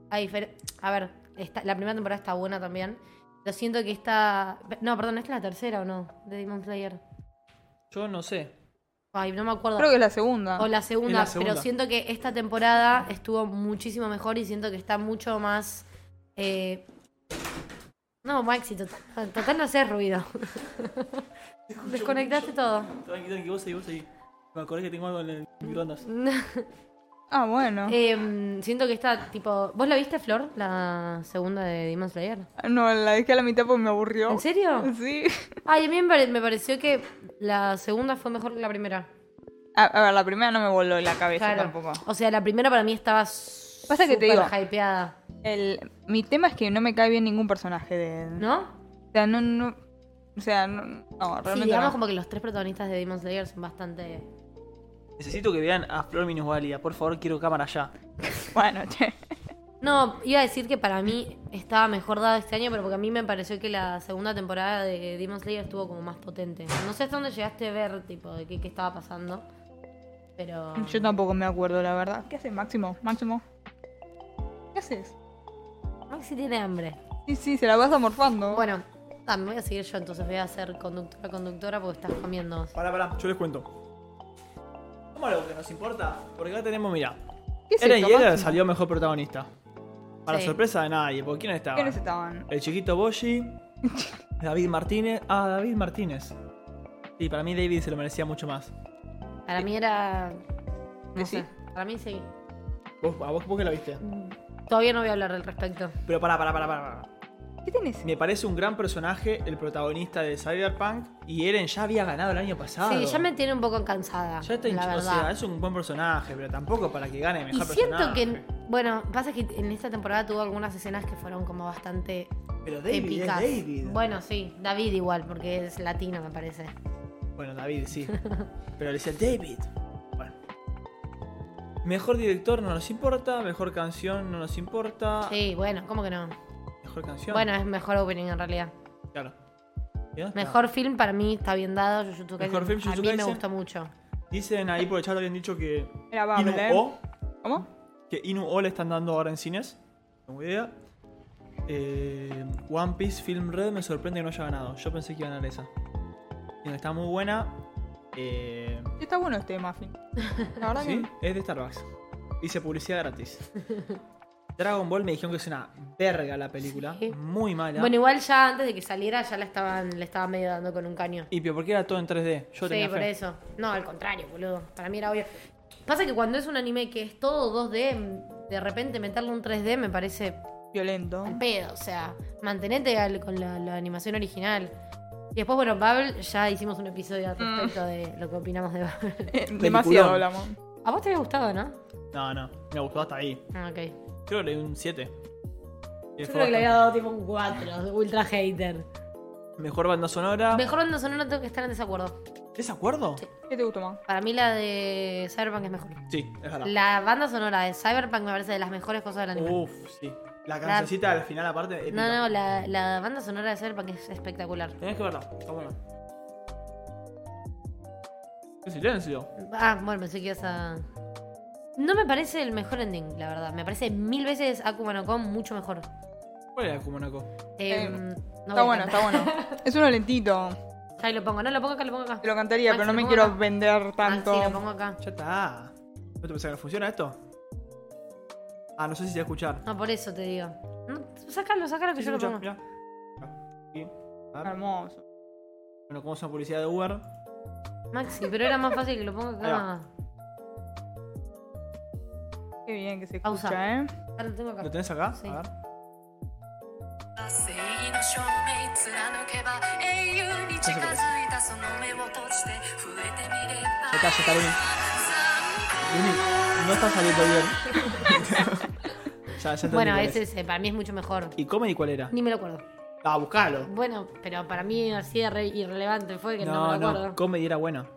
S2: a, difer- a ver, esta- la primera temporada está buena también. Pero siento que esta. No, perdón, ¿esta es la tercera o no? De Demon Slayer.
S4: Yo no sé.
S2: Ay, no me acuerdo.
S3: Creo que es la segunda.
S2: O la segunda,
S4: Es la segunda.
S2: pero siento que esta temporada estuvo muchísimo mejor y siento que está mucho más. eh, No, Maxi, total, total no haces ruido. Desconectaste todo.
S4: Tranqui, tranqui, vos seguí, vos seguí. Me acordé que tengo algo en el microondas.
S3: Ah, bueno.
S2: Em, siento que está tipo. ¿Vos la viste, Flor? La segunda de Demon Slayer.
S3: No, la dejé a la mitad porque me aburrió.
S2: ¿En serio?
S3: Sí.
S2: Ay, a mí me pare- me pareció que la segunda fue mejor que la primera.
S3: A, a ver, la primera no me voló la cabeza tampoco.
S2: O sea, la primera para mí estaba
S3: Pasa que te digo.
S2: súper hypeada,
S3: El, mi tema es que no me cae bien ningún personaje de.
S2: ¿no?
S3: O sea, no. no o sea, no, no
S2: Sí,
S3: realmente.
S2: digamos
S3: no.
S2: como que los tres protagonistas de Demon Slayer son bastante...
S4: Necesito que vean a Flor Minusvalida, por favor, quiero cámara ya.
S3: Bueno, che.
S2: No, iba a decir que para mí estaba mejor dado este año, pero porque a mí me pareció que la segunda temporada de Demon Slayer estuvo como más potente. No sé hasta dónde llegaste a ver, tipo, de qué, qué estaba pasando, pero...
S3: Yo tampoco me acuerdo, la verdad. ¿Qué haces, Máximo? Máximo. ¿Qué haces?
S2: Maxi tiene hambre.
S3: Sí, sí, se la vas amorfando.
S2: Bueno, ah, me voy a seguir yo, entonces voy a ser conductora, conductora, porque estás comiendo.
S4: Pará, pará, yo les cuento. Vamos a lo que nos importa, porque acá tenemos, mirá.
S3: ¿Qué es
S4: Eren
S3: esto,
S4: y Eren
S3: Máximo?
S4: salió mejor protagonista. Para
S2: Sí.
S4: sorpresa de nadie, porque ¿quiénes estaban?
S3: ¿Quiénes estaban?
S4: El chiquito Boshi, David Martínez. Ah, David Martínez. Sí, para mí David se lo merecía mucho más.
S2: Para mí era... No
S3: ¿Decí?
S2: sé, para mí sí.
S4: ¿Vos, ¿A vos, vos que la viste?
S2: Mm. Todavía no voy a hablar al respecto.
S4: Pero pará, pará, pará, pará. pará.
S3: ¿Qué tenés?
S4: Me parece un gran personaje el protagonista de Cyberpunk y Eren ya había ganado el año pasado.
S2: Sí, ya me tiene un poco cansada.
S4: Ya está
S2: la
S4: hinchado, o
S2: verdad.
S4: sea, es un buen personaje, pero tampoco para que gane
S2: Y
S4: mejor
S2: siento
S4: personaje.
S2: que, bueno, pasa que en esta temporada tuvo algunas escenas que fueron como bastante
S4: Pero David es
S2: épicas.
S4: David.
S2: Bueno, sí, David igual, porque es latino, me parece.
S4: Bueno, David, sí. Pero le decía David. Bueno. Mejor director no nos importa, mejor canción no nos importa.
S2: Sí, bueno, ¿cómo que no?
S4: Mejor canción.
S2: Bueno, es mejor opening en realidad.
S4: Claro. Y ya está.
S2: Mejor film para mí está bien dado. Jujutsu Kaisen.
S4: Mejor film,
S2: a
S4: Jujutsu
S2: mí me
S4: Kaisen.
S2: gustó mucho.
S4: Dicen ahí por el chat habían dicho que
S3: Era
S4: Inu
S3: Bable.
S4: O,
S3: ¿Cómo?
S4: que Inu O le están dando ahora en cines. No tengo idea. Eh, One Piece Film Red me sorprende que no haya ganado. Yo pensé que iba a ganar esa. Y Está muy buena. Eh,
S3: Sí, Está bueno este muffin. La verdad
S4: Sí,
S3: que.
S4: es de Starbucks. Dice publicidad gratis. Dragon Ball me dijeron que es una verga la película.
S2: Sí.
S4: Muy mala.
S2: Bueno, igual ya antes de que saliera ya la estaban, le estaban medio dando con un caño.
S4: y pero porque era todo en 3D. Yo
S2: sí,
S4: tenía
S2: por
S4: fe.
S2: eso. No, al contrario, boludo. Para mí era obvio. Pasa que cuando es un anime que es todo 2D, de repente meterle un 3D me parece
S3: Violento. Eh,
S2: al pedo. O sea, mantenete al- con la, la animación original. Y después, bueno, Bubble, ya hicimos un episodio al respecto de lo que opinamos de Bubble.
S3: Eh,
S4: Peliculón.
S3: Demasiado hablamos.
S2: A vos te había gustado, ¿no?
S4: No, no. Me gustó hasta ahí.
S2: Ah, ok.
S4: Creo que le di un 7.
S2: Yo creo que le había dado tipo un 4, ultra hater.
S4: Mejor banda sonora.
S2: Mejor banda sonora tengo que estar en desacuerdo.
S4: ¿Desacuerdo?
S2: Sí.
S3: ¿Qué te gustó más?
S2: Para mí la de Cyberpunk es mejor.
S4: Sí, es verdad.
S2: La banda sonora de Cyberpunk me parece de las mejores cosas del anime.
S4: Uf, sí. La cancioncita al final aparte.
S2: No,
S4: Épica.
S2: no, la, la banda sonora de Cyberpunk es espectacular.
S4: Tenés que verla. Está buena. Qué silencio.
S2: Ah, bueno, pensé que ibas a. No me parece el mejor ending, la verdad. Me parece mil veces Akuma no Kon mucho mejor.
S4: ¿Cuál era Kumonoko?
S2: Eh,
S3: Eh,
S2: no voy
S3: está
S2: a
S3: bueno,
S2: cantar.
S3: está bueno. Es uno lentito.
S2: Ahí lo pongo, no lo pongo acá, lo pongo acá.
S3: Te lo cantaría,
S2: Maxi,
S3: pero no me
S2: ¿cómo
S3: quiero
S2: no?
S3: vender tanto.
S2: Ah, sí, lo pongo acá.
S4: Ya está. ¿No te pensás que no funciona esto? Ah, no sé si se va a escuchar.
S2: No, por eso te digo. No, sácalo, sácalo que
S4: Sí,
S2: yo lo Ah.
S4: escucha,
S2: pongo.
S4: mirá. Sí. A ver.
S3: Hermoso.
S4: Bueno, como es una publicidad de Uber.
S2: Maxi, pero era más fácil que lo ponga
S4: Ahí
S2: acá.
S3: Qué bien que se
S2: Pausa.
S3: escucha, ¿eh?
S2: Ahora Ah, lo tengo acá.
S4: ¿Lo tenés acá?
S2: Sí.
S4: A ver.
S1: 誠意の証明貫けば永遠に近づいたその目を閉じて触れてみれば
S4: Ya está, ya está Luni. Luni, no está saliendo bien. ya, ya
S2: Bueno,
S4: entendí cuál
S2: ese, ese para mí es mucho mejor.
S4: ¿Y Comedy cuál era?
S2: Ni me lo acuerdo.
S4: Ah, buscalo.
S2: Bueno, pero para mí así de re irrelevante fue que no,
S4: No,
S2: me lo
S4: no,
S2: acuerdo.
S4: Comedy era bueno.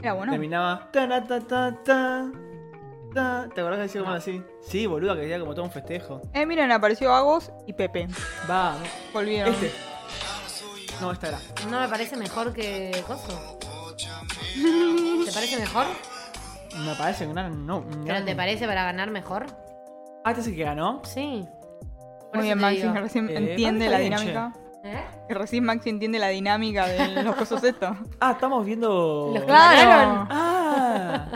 S3: Era bueno.
S4: Terminaba. ta, na, ta, ta, ta, ta. ¿Te acordás que decía
S2: Ah.
S4: como así? Sí, boluda, que decía como todo un festejo.
S3: Eh, miren, apareció Agos y Pepe.
S4: Va, no.
S3: Volvieron.
S4: este. No, esta era.
S2: No, me parece mejor que Coso. ¿Te parece mejor?
S4: Me parece que no. no
S2: ¿Pero te parece para ganar mejor?
S4: Ah, este es el que ganó.
S2: Sí. Por
S3: Muy
S2: eso
S3: bien,
S2: te
S3: Maxi,
S2: digo.
S3: que recién
S4: Eh,
S3: entiende
S4: está
S3: la
S4: bien,
S3: dinámica.
S2: ¿Eh?
S3: Que recién Maxi entiende la dinámica de los cosas estos.
S4: Ah, estamos viendo.
S2: Los
S3: Claro.
S2: ganaron.
S4: Ah.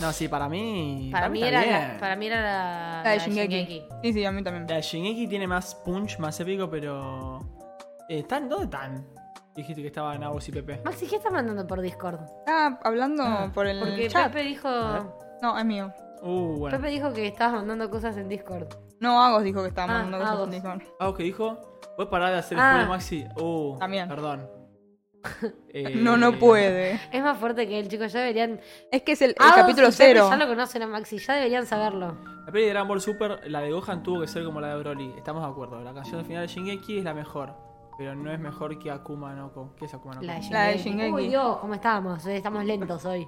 S4: No, sí, para mí.
S2: Para mí,
S4: está
S2: era la,
S4: bien.
S2: para mí era la,
S3: La de
S2: la
S3: Shingeki.
S2: Shingeki.
S3: Sí, sí, a mí también.
S4: La Shingeki tiene más punch, más épico, pero. Eh, ¿Están? ¿Dónde están? Dijiste que estaban Agus y Pepe.
S2: Maxi, ¿qué estás mandando por Discord?
S3: Ah, hablando por el
S2: Porque
S3: chat.
S2: Pepe dijo,
S3: No, es mío.
S4: Uh, bueno.
S2: Pepe dijo que estabas mandando cosas en Discord.
S3: No, Agos dijo que estábamos
S2: Ah,
S3: mandando cosas
S2: Agos.
S3: en Discord.
S4: Agus que Ah, dijo. Voy a parar de hacer
S2: Ah.
S4: el culo, Maxi. Uh,
S3: También.
S4: perdón. Eh,
S3: No, no puede.
S2: Es más fuerte que él, chicos. Ya deberían.
S3: Es que es el, el
S2: Ah,
S3: capítulo
S2: sí, Pepe
S3: cero.
S2: Ya lo conocen a Maxi, ya deberían saberlo.
S4: La peli de Dragon Ball Super, la de Gohan tuvo que ser como la de Broly. Estamos de acuerdo. La canción final de Shingeki es la mejor. Pero no es mejor que Akuma no Ko. ¿Qué es Akuma no Ko?
S2: La de Shingeki.
S3: La de Shingeki.
S2: Uy, Dios, ¿cómo estábamos? Eh, Estamos lentos hoy.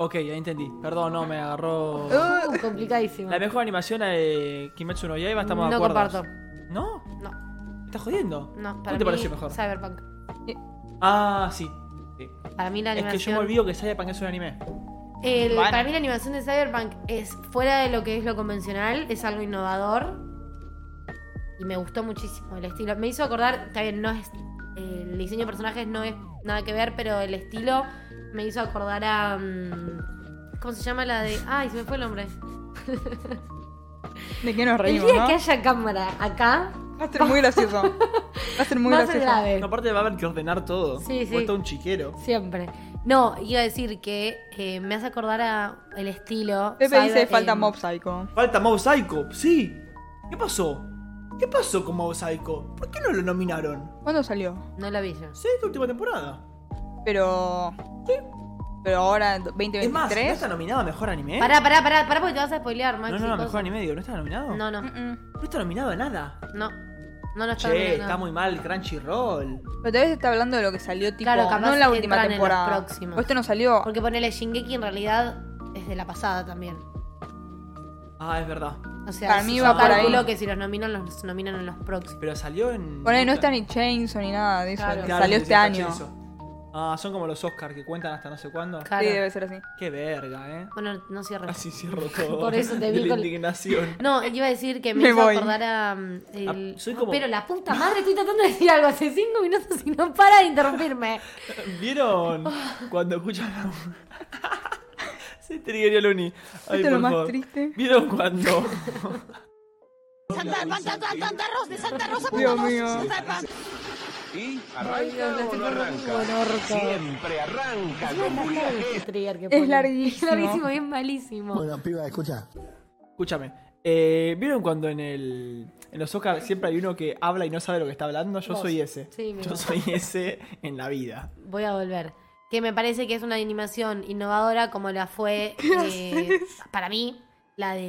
S4: Ok, ya entendí. Perdón, no, me agarró.
S3: Uh,
S2: Uh, complicadísimo.
S4: La mejor animación la de Kimetsu no Yaiba, estamos de
S2: no
S4: acuerdo.
S2: comparto.
S4: ¿No?
S2: No,
S4: ¿Me estás jodiendo?
S2: no.
S4: ¿Cuál
S2: Para
S4: te
S2: mí,
S4: pareció mejor?
S2: Cyberpunk.
S4: Ah, sí. Sí.
S2: Para mí la
S4: Es que
S2: animación.
S4: yo me olvido que Cyberpunk es un anime.
S2: El-
S3: Bueno.
S2: Para mí la animación de Cyberpunk es fuera de lo que es lo convencional, es algo innovador y me gustó muchísimo el estilo. Me hizo acordar, está bien, no es el diseño de personajes no es nada que ver, pero el estilo me hizo acordar a mm, ¿cómo se llama la de? Ay, se me fue el nombre.
S3: ¿De qué nos
S2: El
S3: reímos,
S2: día
S3: no?
S2: que haya cámara acá
S3: Va a ser muy gracioso. Va a ser muy
S2: va a ser
S3: gracioso.
S2: grave.
S4: No, aparte va a haber que ordenar todo.
S2: Sí, sí.
S4: Cuesta un chiquero.
S2: Siempre. No, iba a decir que eh, me hace acordar a el estilo.
S3: Pepe dice
S2: cyber-
S3: falta
S2: eh,
S3: Mob Psycho.
S4: Falta Mob Psycho. Sí. ¿Qué pasó? ¿Qué pasó con Mob Psycho? ¿Por qué no lo nominaron?
S3: ¿Cuándo salió?
S2: No la vi yo.
S4: Sí, esta última temporada.
S3: Pero. Pero ahora, 2023.
S4: Es más, ¿no está nominado a mejor
S3: ¿Eh?
S4: anime?
S2: Pará, pará, pará, pará porque te vas a spoilear,
S4: no,
S2: Maxi.
S4: no, no,
S2: cosa.
S4: mejor anime, digo, ¿no está nominado?
S2: No, no,
S3: Mm, mm.
S4: No está nominado a nada.
S2: no. No, no está
S4: Che,
S2: nominado.
S4: está muy mal Crunchyroll.
S3: Pero tal vez está hablando de lo que salió tipo.
S2: Claro, capaz
S3: no en la última
S2: entran en los
S3: temporada.
S2: próximos.
S3: Pues esto no salió.
S2: Porque ponele Shingeki en realidad es de la pasada también.
S4: Ah, es verdad.
S2: O sea,
S3: Para
S2: si
S3: mí
S2: yo
S3: va por
S2: calculo
S3: ahí.
S2: que si los nominan, los nominan en los próximos.
S4: Pero salió en.
S3: Por ahí no está ni Chainsaw ni nada de eso.
S2: Claro.
S3: que
S4: Claro,
S3: salió
S4: sí, sí,
S3: este año.
S4: sí,
S3: Sí,
S4: eso. Ah, son como los Oscars que cuentan hasta no sé cuándo.
S2: Claro.
S3: debe ser así.
S4: Qué verga, eh.
S2: Bueno, no cierres.
S4: Así cierro todo.
S2: Por eso
S4: De
S2: te vi
S4: la
S2: con-
S4: indignación.
S2: No, iba a decir que me,
S3: Me
S2: hizo
S3: voy.
S2: acordar a. um, el-
S4: Ah, soy como-
S2: Pero la puta madre, estoy tratando de decir algo hace cinco minutos y no para de interrumpirme.
S4: ¿Vieron
S3: Ah.
S4: cuando escuchan la Se triggerió Luni. Ay,
S3: Esto Este es lo
S4: por
S3: más
S4: favor.
S3: triste.
S4: ¿Vieron cuando?
S3: Dios mío.
S6: Y
S2: Ay, Dios, la
S6: arranca o
S2: estoy cortando
S6: no arranca.
S2: como un orto.
S6: Siempre arranca
S2: Encima
S6: con
S2: está
S6: Julia
S2: largo
S6: G.
S2: este trigger que
S3: Es
S2: pone.
S3: larguísimo.
S2: Es larguísimo y es malísimo.
S7: Bueno, piba, escucha.
S4: Escúchame. eh, ¿Vieron cuando en el. En los Oscars siempre hay uno que habla y no sabe lo que está hablando? Yo
S2: Vos.
S4: soy ese.
S2: Sí, mira.
S4: Yo soy ese en la vida.
S2: Voy a volver. Que me parece que es una animación innovadora como la fue eh, para mí, la de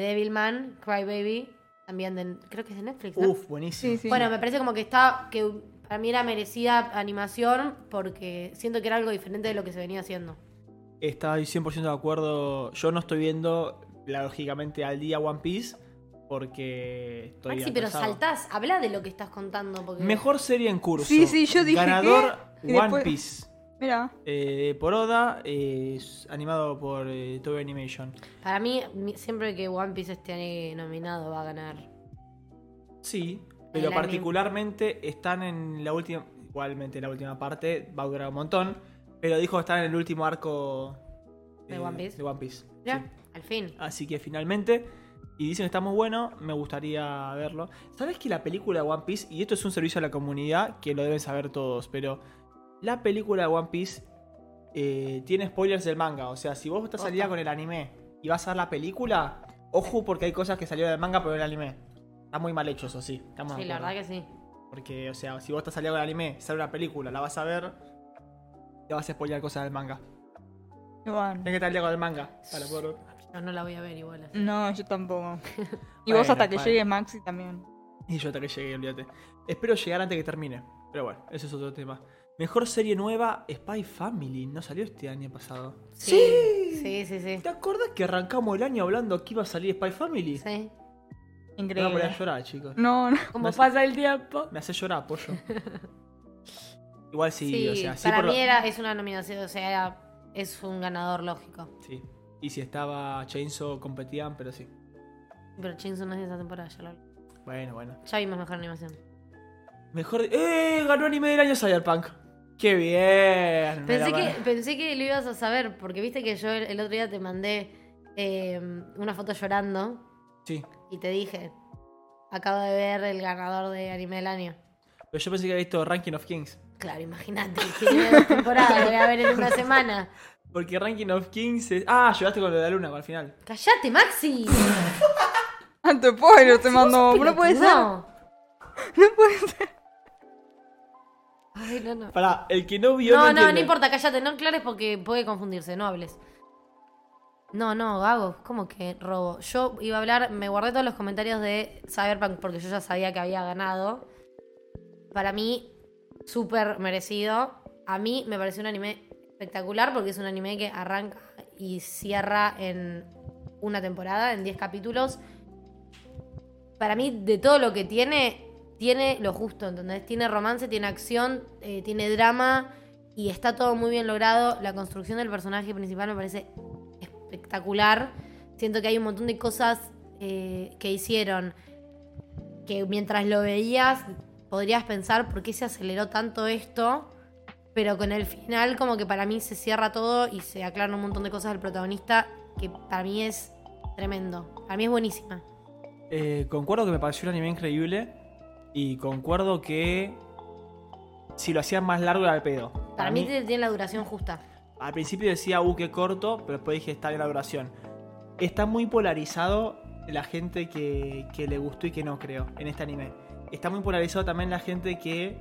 S2: Devilman, Crybaby, también de, creo que es de Netflix. ¿no?
S4: Uf, buenísimo.
S3: Sí, sí.
S2: Bueno, me parece como que está, que para mí era merecida animación porque siento que era algo diferente de lo que se venía haciendo.
S4: Estoy 100% de acuerdo. Yo no estoy viendo, lógicamente, al día One Piece porque estoy.
S2: Maxi, pero
S4: atrasado.
S2: saltás, habla de lo que estás contando. Porque...
S4: Mejor serie en curso.
S3: Sí, sí, yo dije,
S4: Ganador
S3: ¿qué? Y
S4: One
S3: después-
S4: Piece.
S3: Mira,
S4: Eh, por Oda, eh, es animado por eh, Toei Animation.
S2: Para mí, mi- siempre que One Piece esté nominado va a ganar.
S4: Sí, pero
S2: El anime.
S4: particularmente están en la última. Igualmente, la última parte va a durar un montón. Pero dijo que están en el último arco eh,
S2: ¿De One Piece?
S4: de One Piece,
S2: Ya,
S4: sí.
S2: al fin.
S4: Así que finalmente, y dicen que está muy bueno, me gustaría verlo. ¿Sabes que la película One Piece, y esto es un servicio a la comunidad que lo deben saber todos, pero la película de One Piece eh, tiene spoilers del manga. O sea, si vos estás salida con el anime y vas a ver la película, ojo porque hay cosas que salieron del manga pero del anime. Está muy mal hecho eso, sí. Estamos de
S2: Sí, la
S4: acuerdo.
S2: verdad que sí.
S4: Porque, o sea, si vos estás saliendo con el anime, sale una película, la vas a ver, te vas a spoilear cosas del manga.
S3: Bueno,
S4: Tienes que estar al día con el manga. Para poder...
S2: Yo no la voy a ver igual. así.
S3: no, yo tampoco. Y
S4: Bueno,
S3: vos hasta que
S4: bueno.
S3: llegue Maxi también.
S4: Y yo hasta que llegue, olvídate. Espero llegar antes que termine. Pero bueno, ese es otro tema. Mejor serie nueva, Spy Family. No salió este año pasado.
S2: Sí. Sí, sí, sí.
S4: ¿Te acordás que arrancamos el año hablando que iba a salir Spy Family?
S2: Sí. Mm,
S4: Me voy a poner a
S3: Increíble.
S4: llorar, chicos.
S3: No, no.
S2: Como pasa el tiempo.
S4: Me hace llorar, pollo. Igual sí,
S2: Sí,
S4: o sea, sí
S2: para
S4: por lo-
S2: mí era, es una nominación, o sea, era- es un ganador lógico.
S4: Sí. Y si estaba Chainsaw, competían, pero sí.
S2: Pero Chainsaw no es de esa temporada, ya, lo-
S4: Bueno, bueno.
S2: ya vimos mejor animación.
S4: Mejor. ¡Eh! Ganó anime del año Cyberpunk. ¡Qué bien! Me
S2: Pensé
S4: la-
S2: que, pensé que lo ibas a saber, porque viste que yo el, el otro día te mandé eh, una foto llorando
S4: Sí.
S2: y te dije, acabo de ver el ganador de anime del año.
S4: Pero yo pensé que había visto Ranking of Kings.
S2: Claro, imagínate, que tiene dos temporadas, lo voy a ver en una semana.
S4: Porque Ranking of Kings es. Ah, llegaste con lo de la luna al final.
S2: ¡Cállate, Maxi!
S3: Ante spoiler te mando. No puede ser. No
S2: No.
S3: puede ser.
S2: Ay, no, no.
S4: Para el que no vio.
S2: No, no, no
S4: entiende.
S2: importa, cállate, no aclares porque puede confundirse, no hables. No, no, Gabo, ¿cómo que robo? Yo iba a hablar, me guardé todos los comentarios de Cyberpunk porque yo ya sabía que había ganado. Para mí, súper merecido. A mí me pareció un anime espectacular porque es un anime que arranca y cierra en una temporada, en 10 capítulos. Para mí, de todo lo que tiene, tiene lo justo, ¿entendés? Tiene romance, tiene acción, eh, tiene drama y está todo muy bien logrado. La construcción del personaje principal me parece espectacular. Siento que hay un montón de cosas eh, que hicieron que mientras lo veías podrías pensar por qué se aceleró tanto esto, pero con el final como que para mí se cierra todo y se aclaran un montón de cosas del protagonista que para mí es tremendo. Para mí es buenísima.
S4: Eh, concuerdo que me pareció un anime increíble. Y concuerdo que. Si lo hacían más largo era el pedo.
S2: Para, mí, te- tiene la duración justa.
S4: Al principio decía, uh, qué corto, pero después dije, está bien la duración. Está muy polarizado la gente que, que le gustó y que no, creo, en este anime. Está muy polarizado también la gente que,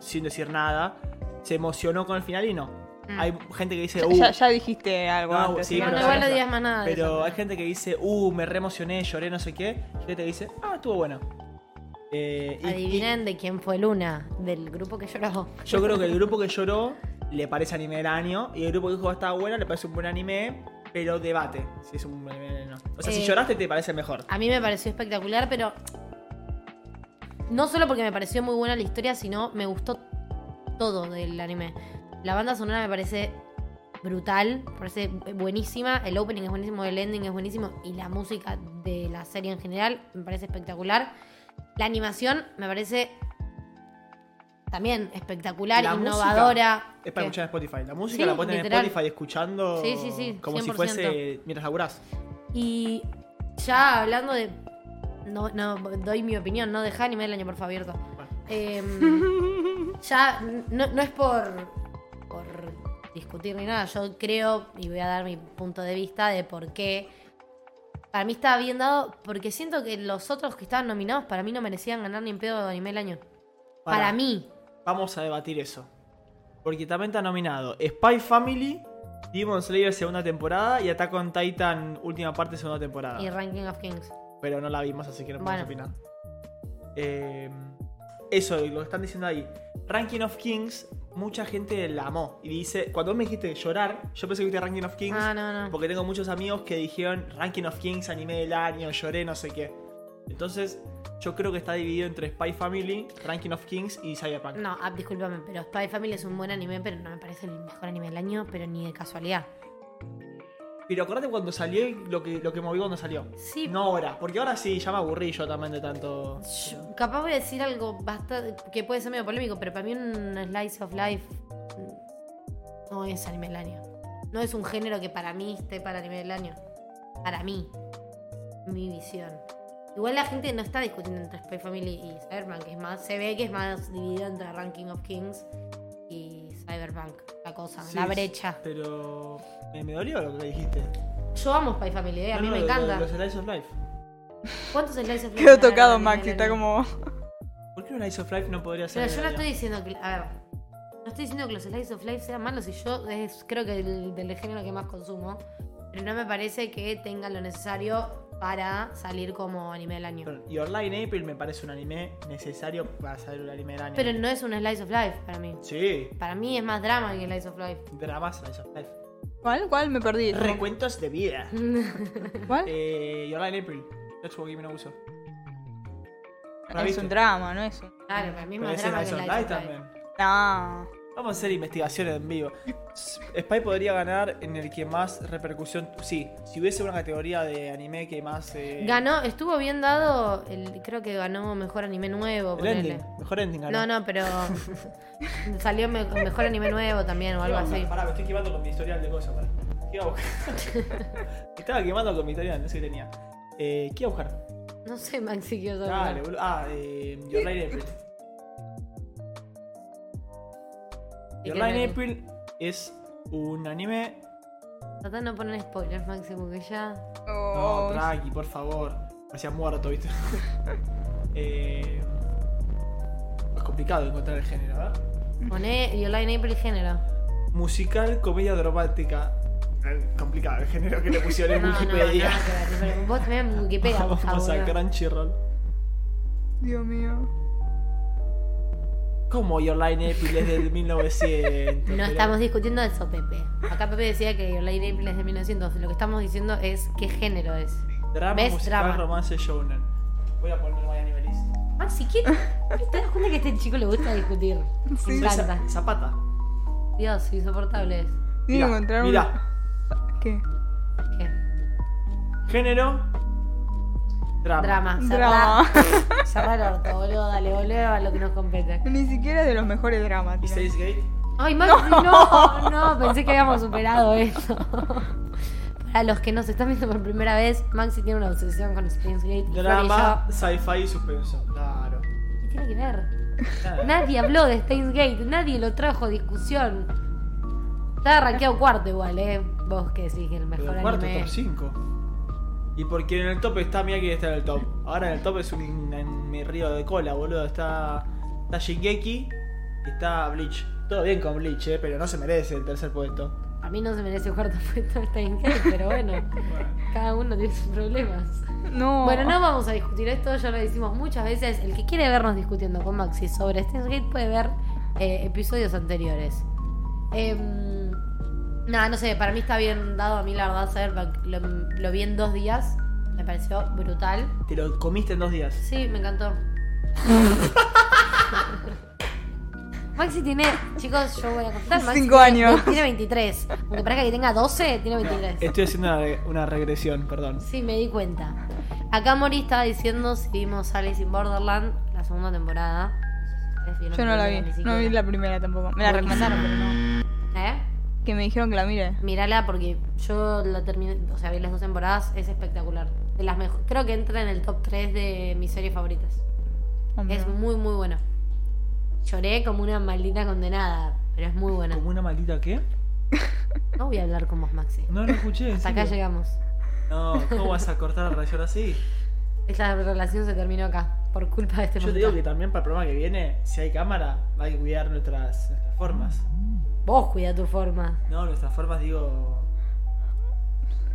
S4: sin decir nada, se emocionó con el final y no.
S2: Mm.
S4: Hay gente que dice,
S3: Ya,
S4: uh,
S3: ya- ya dijiste algo
S4: No,
S3: antes.
S4: sí,
S3: ¿no?
S2: no,
S4: pero
S2: no,
S4: ya lo
S2: igual no
S4: sé.
S2: digas más nada. de
S4: pero
S2: eso.
S4: hay gente que dice, uh, me re emocioné, lloré, no sé qué. Y gente que dice, ah, estuvo bueno. Eh, y- y
S2: Adivinen de quién fue Luna, del grupo que lloró.
S4: yo creo que el grupo que lloró le parece anime del año y el grupo que dijo está bueno le parece un buen anime, pero debate si es un buen anime o no. O sea,
S2: Eh,
S4: si lloraste te parece mejor.
S2: A mí me pareció espectacular, pero no solo porque me pareció muy buena la historia, sino me gustó todo del anime. La banda sonora me parece brutal, me parece buenísima, el opening es buenísimo, el ending es buenísimo y la música de la serie en general me parece espectacular. La animación me parece también espectacular,
S4: La música
S2: innovadora.
S4: Es para
S2: ¿Qué?
S4: escuchar en Spotify. La música
S2: Sí,
S4: la ponen
S2: literal.
S4: en Spotify escuchando
S2: Sí, sí, sí,
S4: como si
S2: 100%.
S4: fuese mientras laburás.
S2: Y ya hablando de. No, no, doy mi opinión, no deja anime del año, por favor, abierto. Em, ya, no, no es por, por discutir ni nada. Yo creo, y voy a dar mi punto de vista de por qué. Para mí estaba bien dado, porque siento que los otros que estaban nominados para mí no merecían ganar ni en pedo de anime del año. Para,
S4: Pará.
S2: mí.
S4: Vamos a debatir eso. Porque también está nominado Spy Family, Demon Slayer segunda temporada y Attack on Titan última parte segunda temporada.
S2: Y Ranking of Kings.
S4: pero no la vimos, así que no podemos
S2: Bueno.
S4: opinar. Eh, eso, lo que están diciendo ahí. Ranking of Kings, mucha gente la amó. Y dice, cuando vos me dijiste llorar, yo pensé que viste Ranking of Kings.
S2: Ah, no, no.
S4: Porque tengo muchos amigos que dijeron Ranking of Kings, anime del año, lloré, no sé qué. Entonces, yo creo que está dividido entre Spy Family, Ranking of Kings y Cyberpunk.
S2: No, ah, discúlpame, pero Spy Family es un buen anime, pero no me parece el mejor anime del año, pero ni de casualidad.
S4: Pero acordate cuando salió y lo que, lo que movió cuando salió.
S2: Sí.
S4: No ahora, porque ahora sí, ya me aburrí yo también de tanto.
S2: Yo- capaz voy a decir algo bastante que puede ser medio polémico, pero para mí un slice of life mm, no es anime del año. No es un género que para mí esté para anime del año. Para mí. Mi visión. Igual la gente no está discutiendo entre Spy Family y Cyberpunk, es más, se ve que es más dividido entre Ranking of Kings y Cyberpunk. Bank, la cosa,
S4: Sí,
S2: la brecha.
S4: Pero eh, me, me dolió lo que dijiste.
S2: Yo amo Spy Family, eh, a
S4: No,
S2: mí
S4: no,
S2: me
S4: lo-
S2: encanta.
S4: Los Slice of Life.
S2: ¿Cuántos slices of
S3: Quedó
S2: life
S3: tocado
S2: hay?
S3: Maxi, está como.
S4: ¿Por qué un Slice of Life no podría ser?
S2: Pero yo no
S4: vegano?
S2: estoy diciendo que. A ver. No estoy diciendo que los slice of life sean malos y yo es, creo que el, del género que más consumo. Pero no me parece que tengan lo necesario para salir como anime del año.
S4: Perdón, Y Online April me parece un anime necesario para salir un anime del año.
S2: Pero no es un slice of life para mí.
S4: Sí,
S2: Para mí es más drama que slice of life.
S4: drama Slice of Life.
S3: ¿Cuál? ¿Cuál? Me perdí.
S4: Recuentos de vida.
S3: ¿Cuál?
S4: Eh, Your Lie in April. That's what Game no uso. ¿La
S3: Es
S4: viste?
S3: un drama, no es un.
S2: Claro, para mí es
S4: Pero
S2: más
S4: ese
S2: drama que
S4: Slice of
S2: slice
S4: Life
S2: of life.
S4: también.
S3: No.
S4: Vamos a hacer investigaciones en vivo. S- Spy podría ganar en el que más repercusión. Sí, si hubiese una categoría de anime que más. eh,
S2: Ganó, estuvo bien dado, el, creo que ganó mejor anime nuevo.
S4: El ending.
S2: ponele.
S4: Mejor ending ganó.
S2: No, no, pero salió me- mejor anime nuevo también o algo así.
S4: Pará, me estoy quemando con mi historial de cosas. Pará. ¿Qué iba a buscar? Me Estaba quemando con mi historial, no sé qué tenía. Eh, ¿Qué iba a buscar?
S2: No sé, Maxi, qué otra cosa.
S4: Dale, boludo. Ah, eh, Your Lie in April.
S2: Sí,
S4: Your
S2: creo
S4: Lie in
S2: que-
S4: April es un anime
S2: Tratá de no poner spoilers, Maxi, porque ya.
S4: No,
S3: Oh,
S4: tranqui, por favor. Parecía muerto, ¿viste? Eh, es complicado encontrar el género, ¿verdad?
S2: Poné Your Lie in April género.
S4: Musical, comedia dramática. Eh, Complicado el género que le pusieron
S2: No,
S4: en
S2: no, nada que
S4: Wikipedia.
S2: ver, pero Vos también en Wikipedia, por
S4: Vamos a
S2: favor.
S4: Crunchyroll.
S3: Dios mío.
S4: Como Your Line April es del 1900.
S2: No
S4: pero-
S2: estamos discutiendo eso, Pepe. Acá Pepe decía que Your Lie in April es de 1900. Lo que estamos diciendo es qué género es.
S4: Drama,
S2: ¿Ves?
S4: musical,
S2: Drama.
S4: romance, shounen. Voy a poner My Anime List.
S2: Maxi, ¿qué? ¿Te das cuenta que a este chico le gusta discutir? Me
S4: Soy
S2: encanta.
S4: Za- Zapata.
S2: Dios, insoportable es.
S3: Tiene que
S4: Mirá,
S3: encontrar un.
S4: mirá.
S3: ¿Qué?
S2: ¿Qué?
S4: Género.
S2: Drama. Cerrá,
S3: Drama.
S2: cerrá el orto, boludo. Dale, boludo, a lo que nos compete.
S3: Ni siquiera es de los mejores dramas.
S4: Y
S3: tío.
S4: Steins Gate.
S2: Ay, Maxi, no. no, pensé que habíamos superado eso. Para los que nos están viendo por primera vez, Maxi tiene una obsesión con Space Gate. y
S4: Drama, sci-fi y suspenso. Claro.
S2: Flor y yo- ¿Qué tiene que ver?
S4: Nada.
S2: Nadie habló de Steins Gate, nadie lo trajo a discusión. Estaba rankeado cuarto igual, ¿eh? Vos que decís que el
S4: Pero
S2: mejor
S4: cuarto,
S2: anime.
S4: top 5. Y porque en el top está, mira quién está en el top. Ahora en el top es un, en mi río de cola, boludo. Está, está Shingeki y está Bleach. Todo bien con Bleach, eh, pero no se merece el tercer puesto.
S2: A mí no se merece el cuarto puesto de Steins Gate, pero bueno, cada uno tiene sus problemas.
S3: No.
S2: Bueno, no vamos a discutir esto, ya lo decimos muchas veces. El que quiere vernos discutiendo con Maxi sobre Steins Gate puede ver eh, episodios anteriores. Em, nada, no sé, para mí está bien dado a mí la verdad Cyberpunk. Lo, lo vi en dos días, me pareció brutal.
S4: Te lo comiste en dos días.
S2: Sí, me encantó. Maxi tiene, chicos, yo voy a contar. Maxi
S3: Cinco
S2: tiene-
S3: años.
S2: Tiene 23. Aunque parezca que tenga 12, tiene 23.
S4: Estoy haciendo una, re- una regresión, perdón.
S2: Sí, me di cuenta. Acá Mori estaba diciendo si vimos Alice in Borderland, la segunda temporada. No sé si ustedes vieron
S3: Yo no la vi.
S2: primera, ni
S3: No
S2: siquiera.
S3: vi la primera tampoco. Me la recomendaron, pero no.
S2: ¿Eh?
S3: Que me dijeron que la mire.
S2: Mírala porque yo la terminé, o sea, vi las dos temporadas, es espectacular. De las mejo- Creo que entra en el top 3 de mis series favoritas.
S3: Hombre.
S2: Es muy, muy buena. Lloré como una maldita condenada, pero es muy buena.
S4: ¿Como una maldita qué?
S2: No voy a hablar con vos, Maxi.
S4: No lo escuché. en
S2: Hasta acá
S4: serio.
S2: llegamos.
S4: No, ¿cómo vas a cortar la relación así?
S2: Esta relación se terminó acá, por culpa de este
S4: Yo te digo que también para el programa que viene, si hay cámara, hay que cuidar nuestras, nuestras formas.
S2: Vos cuida tu forma.
S4: No, nuestras formas digo.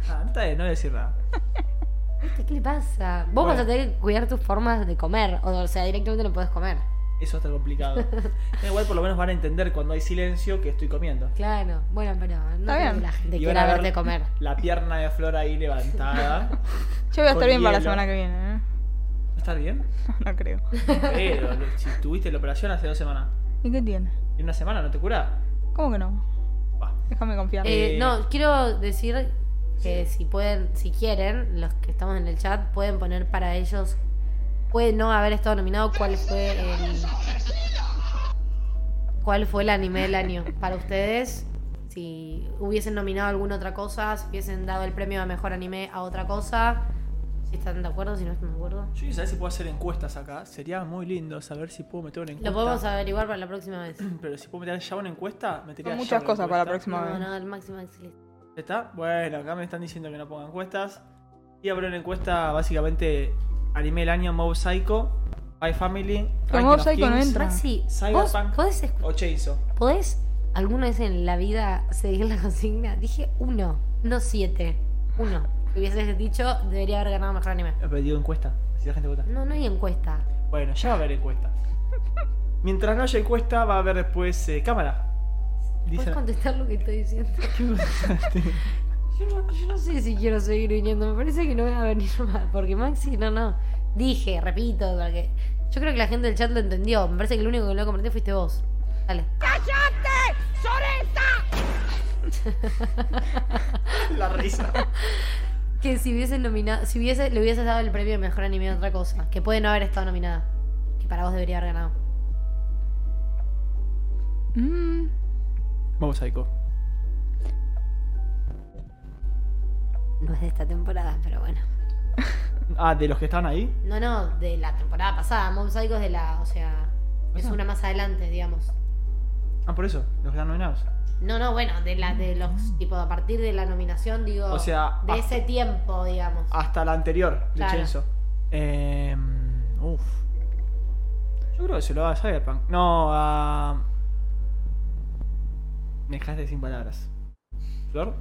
S4: Ah, está bien, no voy a decir nada.
S2: ¿Qué- ¿Qué le pasa? Vos
S4: Bueno.
S2: vas a tener que cuidar tus formas de comer. O sea, directamente no podés comer.
S4: Eso está complicado. Da igual por lo menos van a entender cuando hay silencio que estoy comiendo.
S2: Claro. Bueno, pero no creo
S3: Está
S2: que
S3: bien.
S2: la gente
S4: Y van
S2: quiera
S4: a ver
S2: verte comer.
S4: La pierna de flor ahí levantada.
S3: Yo voy a
S4: Con
S3: estar bien para la
S4: hielo.
S3: semana que viene, ¿eh?
S4: ¿Estás bien?
S3: No creo.
S4: Pero lo- si tuviste la operación hace dos semanas.
S3: ¿Y qué tiene?
S4: ¿En una semana no te cura?
S3: ¿Cómo que no?
S4: Va.
S3: Déjame confiar.
S2: Eh,
S4: Eh,
S2: no, quiero decir que si pueden, si quieren, los que estamos en el chat, pueden poner para ellos. Puede no haber estado nominado cuál fue el. ¿Cuál fue el anime del año para ustedes? Si hubiesen nominado alguna otra cosa, si hubiesen dado el premio a mejor anime a otra cosa, Si están de acuerdo, si no están de acuerdo.
S4: Yo quisiera saber si puedo hacer encuestas acá. Sería muy lindo saber si puedo meter una encuesta.
S2: Lo podemos averiguar para la próxima vez.
S4: Pero si puedo meter ya una encuesta, metería
S3: Son
S4: ya
S3: muchas
S4: una
S3: cosas para la
S4: encuesta.
S3: próxima
S2: No,
S3: vez.
S2: no, el máximo excelente.
S4: ¿Está? Bueno, acá me están diciendo que no pongan encuestas. Y habrá una encuesta, básicamente, anime del año, Mob Psycho, My Family,
S3: Pero
S4: Ranking
S3: Mob
S4: of
S3: Psycho no
S4: Kings,
S3: entra.
S2: Maxi, ¿vos
S4: Cyberpunk.
S2: podés, escu-
S4: O Chainsaw.
S2: podés alguna vez en la vida seguir la consigna? Dije uno, no siete. Uno. Si hubieses dicho, debería haber ganado mejor anime.
S4: He pedido encuesta, si la gente vota.
S2: No, no hay encuesta.
S4: Bueno, ya va a haber encuesta. Mientras no haya encuesta, va a haber después eh, cámara.
S2: ¿Puedes
S4: Dicen,
S2: contestar lo que estoy diciendo? yo, no, yo no sé si quiero seguir viniendo. Me parece que no voy a venir más. Porque Maxi, no, no. Dije, repito, porque yo creo que la gente del chat lo entendió. Me parece que el único que lo comprendió fuiste vos. Dale.
S4: la risa.
S2: Que si hubiese nominado, si hubiese, le hubieses dado el premio de mejor anime a otra cosa, que puede no haber estado nominada, que para vos debería haber ganado.
S3: Mm,
S4: Mob Psycho.
S2: No es de esta temporada, pero bueno.
S4: Ah, de los que están ahí.
S2: No, no, de la temporada pasada. Mob Psycho es de la, o sea, es una más adelante, digamos.
S4: Ah, por eso, los que están nominados.
S2: No, no, bueno, de la, de los, tipo, a partir de la nominación, digo,
S4: O sea,
S2: de
S4: ah.
S2: ese tiempo, digamos.
S4: Hasta la anterior, de
S2: Claro.
S4: Chainsaw. Eh, uf. Yo creo que se lo va a Cyberpunk. No, a. Me dejaste sin palabras. ¿Flor?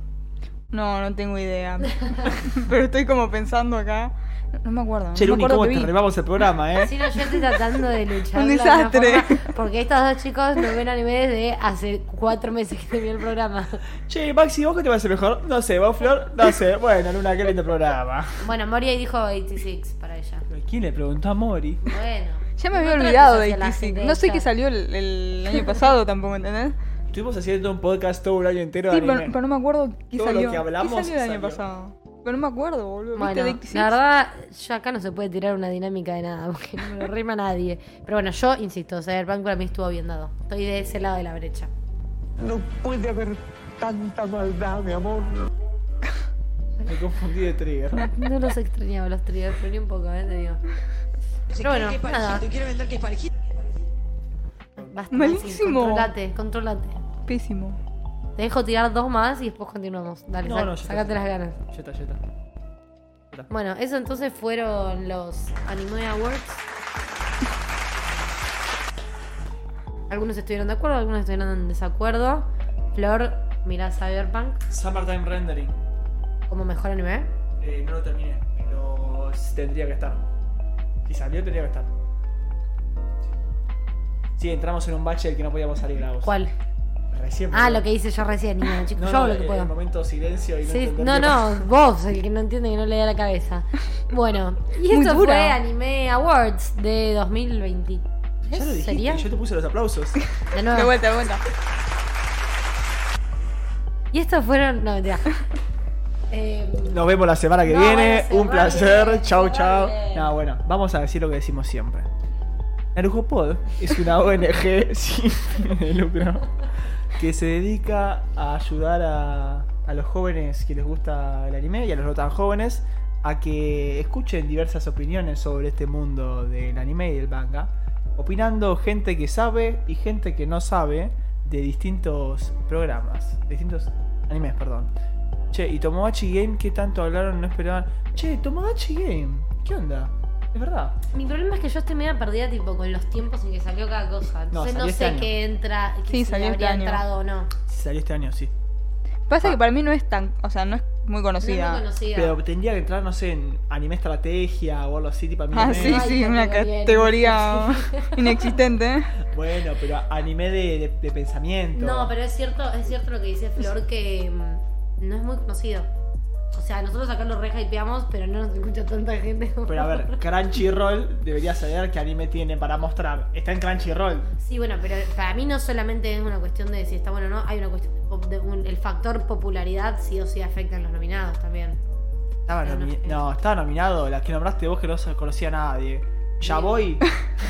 S3: no, no tengo idea. Pero estoy como pensando acá. No, no me acuerdo.
S4: Che,
S3: no me
S4: Luni,
S3: acuerdo
S4: ¿cómo
S3: que
S4: te
S3: vi.
S4: arreglamos el programa, eh?
S2: Sí, no, yo estoy tratando de luchar.
S3: Un
S2: de alguna
S3: desastre.
S2: forma, porque estos dos chicos no ven anime desde hace cuatro meses que terminó el programa.
S4: Che, Maxi, ¿vos qué te parece mejor? No sé, ¿vos, Flor? No sé. Bueno, Luna, qué lindo programa.
S2: Bueno, Moria dijo 86 para ella.
S4: Pero ¿Quién le preguntó a Mori?
S2: Bueno.
S3: Ya me
S2: No
S3: había
S2: trates
S3: olvidado de
S2: hacia la
S3: 86.
S2: gente
S3: No sé
S2: esta.
S3: qué salió el, el año pasado tampoco, ¿entendés?
S4: Estuvimos haciendo un podcast todo un año entero
S3: Sí,
S4: de
S3: pero,
S4: anime.
S3: pero no me acuerdo qué
S4: Todo lo
S3: salió.
S4: que hablamos
S3: ¿Qué salió el
S4: salió.
S3: año pasado? Pero no me acuerdo, boludo. ¿Viste
S2: Bueno,
S3: de 86?
S2: la verdad, ya acá no se puede tirar una dinámica de nada, porque no me lo rima nadie. Pero bueno, yo insisto, Cyberpunk para mí estuvo bien dado. Estoy de ese lado de la brecha.
S6: No puede haber tanta maldad, mi amor.
S4: Me confundí de trigger.
S2: No los extrañaba los triggers, pero ni un poco, ¿eh? Te digo. Pero bueno, nada.
S1: quiero vender que es parejito.
S2: Basta,
S3: Malísimo.
S2: Controlate, controlate.
S3: Pésimo.
S2: Te dejo tirar dos más y después continuamos. Dale,
S4: No,
S2: sac-
S4: no, ya está.
S2: sacate las ganas.
S4: Ya está, ya está.
S2: Bueno, eso entonces fueron los Anime Awards. Algunos estuvieron de acuerdo, algunos estuvieron en desacuerdo. Flor, mirá Cyberpunk
S4: Summertime Rendering.
S2: como mejor anime.
S4: Eh, no lo terminé, pero tendría que estar. Si salió, tendría que estar. Sí, entramos en un bache del que no podíamos salir la voz.
S2: ¿Cuál?
S4: Recién.
S2: Ah, lo que hice yo recién, niña, chicos.
S4: No,
S2: yo hago
S4: no,
S2: lo que
S4: el-
S2: puedo.
S4: El momento silencio y no
S2: Sí,
S4: entender
S2: no,
S4: qué
S2: no, vos, el que no entiende que no le da la cabeza. Bueno, y
S3: Muy
S2: eso
S3: dura.
S2: fue Anime Awards de 2020.
S4: pasa. Ya lo dijiste,
S2: ¿Sería?
S4: yo te puse los aplausos.
S2: De nuevo.
S3: De vuelta, de vuelta.
S2: Y estos fueron. No, mentira. Em,
S4: Nos vemos la semana que
S2: No,
S4: viene.
S2: bueno,
S4: Un
S2: cerrale,
S4: placer. Chau, chau.
S2: cerrale.
S4: No, bueno, vamos a decir lo que decimos siempre. Narujo Pod es una ONG sin fines de lucro que se dedica a ayudar a, a los jóvenes que les gusta el anime y a los no tan jóvenes a que escuchen diversas opiniones sobre este mundo del anime y del manga, opinando gente que sabe y gente que no sabe de distintos programas, distintos animes, perdón. Che, ¿y Tomodachi Game qué tanto hablaron? No esperaban. Che, Tomodachi Game, ¿qué onda? Es verdad.
S2: Mi problema es que yo estoy media perdida tipo con los tiempos en que salió cada cosa. Entonces
S4: salió
S2: no,
S4: este
S2: sé
S4: año.
S2: qué entra, qué si
S3: Sí, salió este
S2: habría
S3: año.
S2: entrado o no.
S4: Si salió este año, sí.
S3: Pasa
S4: Ah.
S3: que para mí no es tan. O sea, no es muy
S2: no
S3: conocida.
S2: es muy conocida.
S4: Pero tendría que entrar, no sé, en anime estrategia o algo así, tipo anime.
S3: ah, sí,
S2: Ay,
S3: sí,
S2: qué
S3: una
S2: categoría
S3: categoría inexistente.
S4: Bueno, pero anime de, de- de pensamiento.
S2: No, pero es cierto, es cierto lo que dice Flor que mm, no es muy conocido. O sea, nosotros acá lo re hypeamos, pero no nos escucha tanta gente. como-
S4: Pero a ver, Crunchyroll debería saber qué anime tiene para mostrar. Está en Crunchyroll.
S2: Sí, bueno, pero para mí no solamente es una cuestión de si está bueno o no, hay una cuestión de pop- de un- el factor popularidad sí o sí afecta a los nominados también.
S4: Estaba
S2: No, no,
S4: nomi-
S2: eh.
S4: no, estaba nominado. Las que nombraste vos que no se conocía a nadie. Ya voy.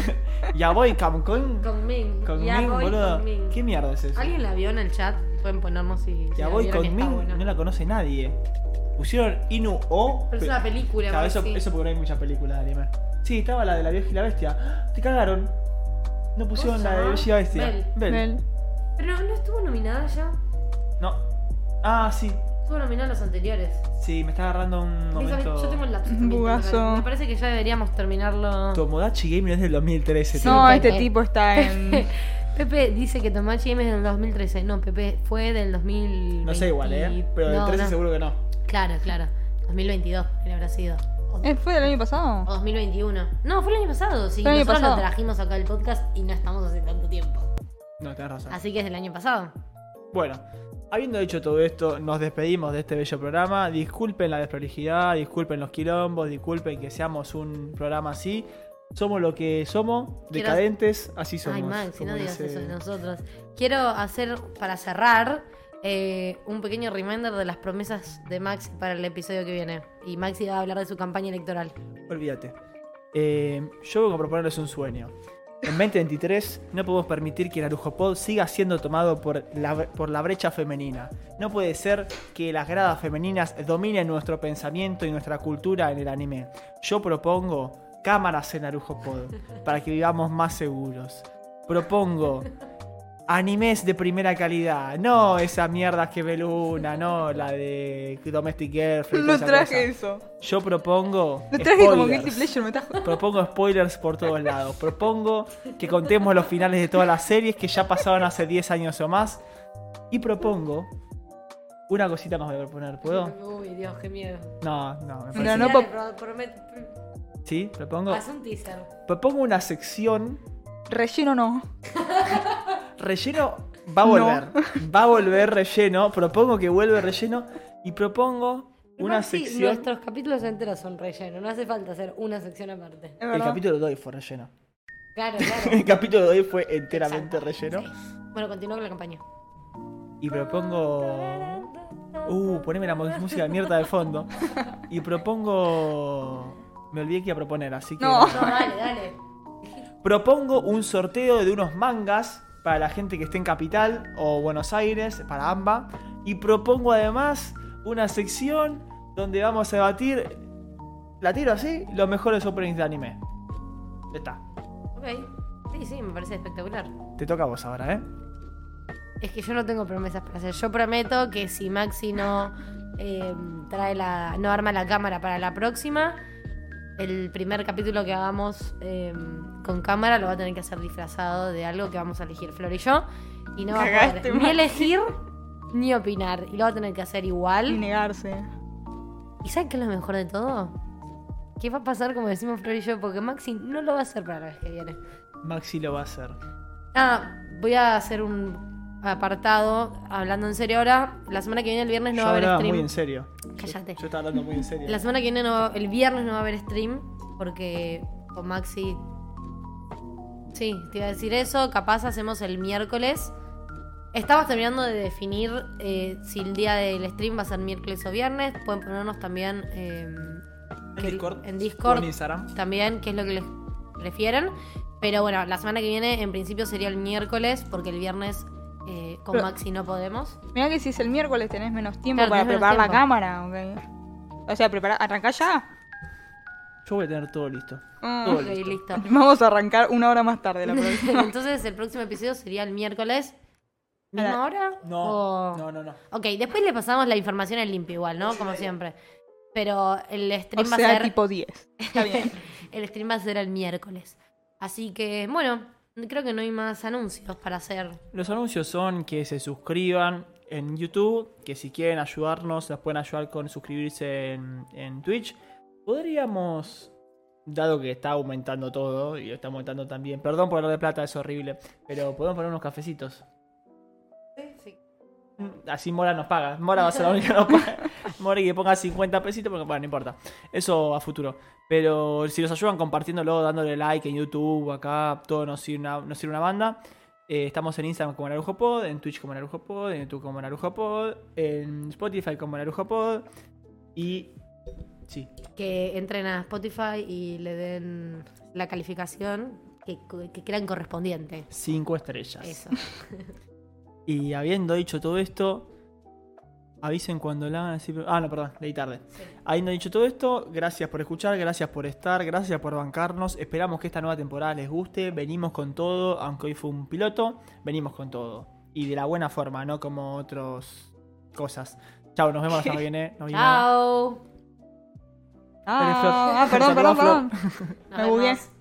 S4: ya voy, Camcon.
S2: Con Ming.
S4: Con
S2: Ya
S4: Min,
S2: voy
S4: boludo.
S2: con Ming.
S4: ¿Qué mierda es eso?
S2: ¿Alguien la vio en el chat? Pueden ponernos si, si
S4: Ya
S2: la
S4: voy
S2: vieron y
S4: con
S2: está
S4: Min,
S2: buena.
S4: no la conoce nadie. Pusieron Inu O.
S2: Pero es una película,
S4: Claro, eso,
S2: Maxi.
S4: eso porque no hay muchas películas de anime. Sí, estaba la de la vieja y la bestia. Te cagaron. No pusieron
S2: se
S4: la de la
S2: llama?
S4: vieja y la bestia.
S2: Belle.
S4: Belle.
S3: Mel.
S2: Pero no, no estuvo nominada ya.
S4: No. Ah, sí.
S2: Estuvo nominada en los anteriores.
S4: Sí, me está agarrando un
S2: Esa-
S4: momento.
S2: Yo tengo el lapsus. también,
S3: Bugazo.
S2: tengo que- Me parece que ya deberíamos terminarlo.
S4: Tomodachi Gaming es del 2013. tío.
S3: No, este
S2: Pepe.
S3: tipo está en.
S2: Pepe dice que Tomachi M es del 2013. No, Pepe fue del 2000.
S4: No sé igual, ¿eh? Pero del 13 seguro que no.
S2: Claro, claro. 2022 le habrá sido. O,
S3: Eh, ¿Fue del año pasado?
S2: o 2021. No, fue el año pasado. Sí,
S3: Fue el año
S2: nosotros lo
S3: pasado.
S2: trajimos acá al podcast y no estamos hace tanto tiempo.
S4: No, tenés razón.
S2: Así que es del año pasado.
S4: Bueno, habiendo dicho todo esto, nos despedimos de este bello programa. Disculpen la desprolijidad, disculpen los quilombos, disculpen que seamos un programa así. Somos lo que somos,
S2: Quiero-
S4: decadentes, así somos.
S2: Ay, Max,
S4: como
S2: no digas
S4: dice-
S2: eso de nosotros. Quiero hacer, para cerrar, eh, un pequeño reminder de las promesas de Max para el episodio que viene. Y Maxi va a hablar de su campaña electoral.
S4: Olvídate. Eh, yo vengo a proponerles un sueño. En 2023 no podemos permitir que Narujo Pod siga siendo tomado por la, por la brecha femenina. No puede ser que las gradas femeninas dominen nuestro pensamiento y nuestra cultura en el anime. Yo propongo cámaras en Narujo Pod para que vivamos más seguros. Propongo animes de primera calidad, no esa mierda que ve Luna, no la de Domestic Girlfriend. toda
S3: No
S4: esa
S3: traje
S4: cosa.
S3: eso.
S4: Yo propongo.
S3: Lo traje como
S4: spoilers.
S3: Guilty Pleasure, me trajo.
S4: Propongo spoilers por todos lados. Propongo que contemos los finales de todas las series que ya pasaron hace 10 años o más. Y propongo. Una cosita más voy a proponer, ¿puedo?
S2: Uy, Dios, qué miedo.
S4: No, no, me
S3: No,
S4: parece.
S3: no,
S2: Dale,
S3: pop-
S2: pro- promet-
S4: Sí, propongo.
S2: Haz un teaser.
S4: Propongo una sección.
S3: Relleno no.
S4: Relleno va a
S3: No.
S4: volver. Va a volver relleno. Propongo que vuelve relleno. Y propongo una
S2: Maxi,
S4: sección.
S2: Nuestros capítulos enteros son relleno, no hace falta hacer una sección aparte.
S3: Es
S4: El
S3: verdad.
S4: capítulo de hoy fue relleno.
S2: Claro, claro.
S4: El capítulo de hoy fue enteramente relleno.
S2: Bueno, continúa con la campaña.
S4: Y propongo. Uh, poneme la mu- música de mierda de fondo. Y propongo. Me olvidé que iba a proponer, así que.
S3: No.
S2: No, dale, dale.
S4: Propongo un sorteo de unos mangas para la gente que esté en Capital o Buenos Aires, para AMBA. Y propongo además una sección donde vamos a debatir. La tiro así: los mejores openings de anime. Ya está.
S2: Ok. Sí, sí, me parece espectacular.
S4: Te toca a vos ahora, ¿eh?
S2: Es que yo no tengo promesas para hacer. Yo prometo que si Maxi no eh, trae la. no arma la cámara para la próxima, el primer capítulo que hagamos eh, con cámara lo va a tener que hacer disfrazado de algo que vamos a elegir Flor y yo. Y no va a
S3: Cagaste,
S2: poder ni
S3: Maxi.
S2: elegir ni opinar. Y lo va a tener que hacer igual.
S3: Y negarse.
S2: ¿Y saben qué es lo mejor de todo? ¿Qué va a pasar, como decimos Flor y yo? Porque Maxi no lo va a hacer para la vez que viene.
S4: Maxi lo va a hacer.
S2: Ah, voy a hacer un apartado, hablando en serio ahora. La semana que viene, el viernes, no
S4: Yo
S2: va a haber
S4: hablaba muy
S2: stream.
S4: en serio.
S2: Cállate.
S4: Yo estaba hablando muy en serio.
S2: La semana que viene, no- el viernes, no va a haber stream. Porque con Maxi. Sí, te iba a decir eso. Capaz hacemos el miércoles. Estamos terminando de definir eh, si el día del stream va a ser miércoles o viernes. Pueden ponernos también. em,
S4: En
S2: que-
S4: Discord.
S2: En Discord
S4: O en Instagram.
S2: también, qué es lo que les prefieren. Pero bueno, la semana que viene en principio sería el miércoles, porque el viernes eh, con
S3: Pero-
S2: Maxi no podemos.
S3: Mirá que si es el miércoles tenés menos tiempo
S2: Claro,
S3: para
S2: tenés
S3: preparar
S2: menos
S3: la cámara. ok. O sea, preparar. ¿Arrancá ya?
S4: Yo voy a tener todo listo.
S3: Mm.
S4: Todo
S2: Ok,
S4: listo.
S2: listo.
S3: Vamos a arrancar una hora más tarde la próxima.
S2: Entonces el próximo episodio sería el miércoles. ¿Misma hora?
S4: No,
S2: O-
S4: no, no, no.
S2: Ok, después le pasamos la información en limpio igual, ¿no? Como siempre. Pero el
S3: O
S2: stream va a
S3: sea,
S2: ser.
S3: tipo 10. Está bien.
S2: El stream va a ser el miércoles. Así que, bueno, creo que no hay más anuncios para hacer.
S4: Los anuncios son que se suscriban en YouTube, que si quieren ayudarnos, nos pueden ayudar con suscribirse en, en Twitch. Podríamos, dado que está aumentando todo y está aumentando también, perdón por hablar de plata, es horrible, pero podemos poner unos cafecitos. Mm, Así Mora nos paga. Mora va a ser la única que nos paga. Mora y que ponga 50 pesitos, porque bueno, no importa. Eso a futuro. Pero si nos ayudan compartiéndolo, dándole like en YouTube, acá, todo nos sirve una, nos sirve una banda. Eh, estamos en Instagram como Narujo Pod, en Twitch como Narujo Pod, en YouTube como Narujo Pod, en Spotify como Narujo Pod. Y. Sí.
S2: que entren a Spotify y le den la calificación que, que crean correspondiente.
S4: Cinco estrellas.
S2: Eso.
S4: Y habiendo dicho todo esto, Avisen cuando la... sí, pero- Ah, no, perdón, leí tarde. Habiendo dicho todo esto, gracias por escuchar, gracias por estar, gracias por bancarnos. Esperamos que esta nueva temporada les guste. Venimos con todo, aunque hoy fue un piloto, venimos con todo. Y de la buena forma, no como otras cosas. Chao, nos vemos la semana que viene. Nos vimos.
S2: Chao.
S4: Flor.
S3: Ah, ah, perdón,
S4: Saluda a
S3: perdón, perdón.
S2: Nos
S3: Me bugué.
S2: vemos.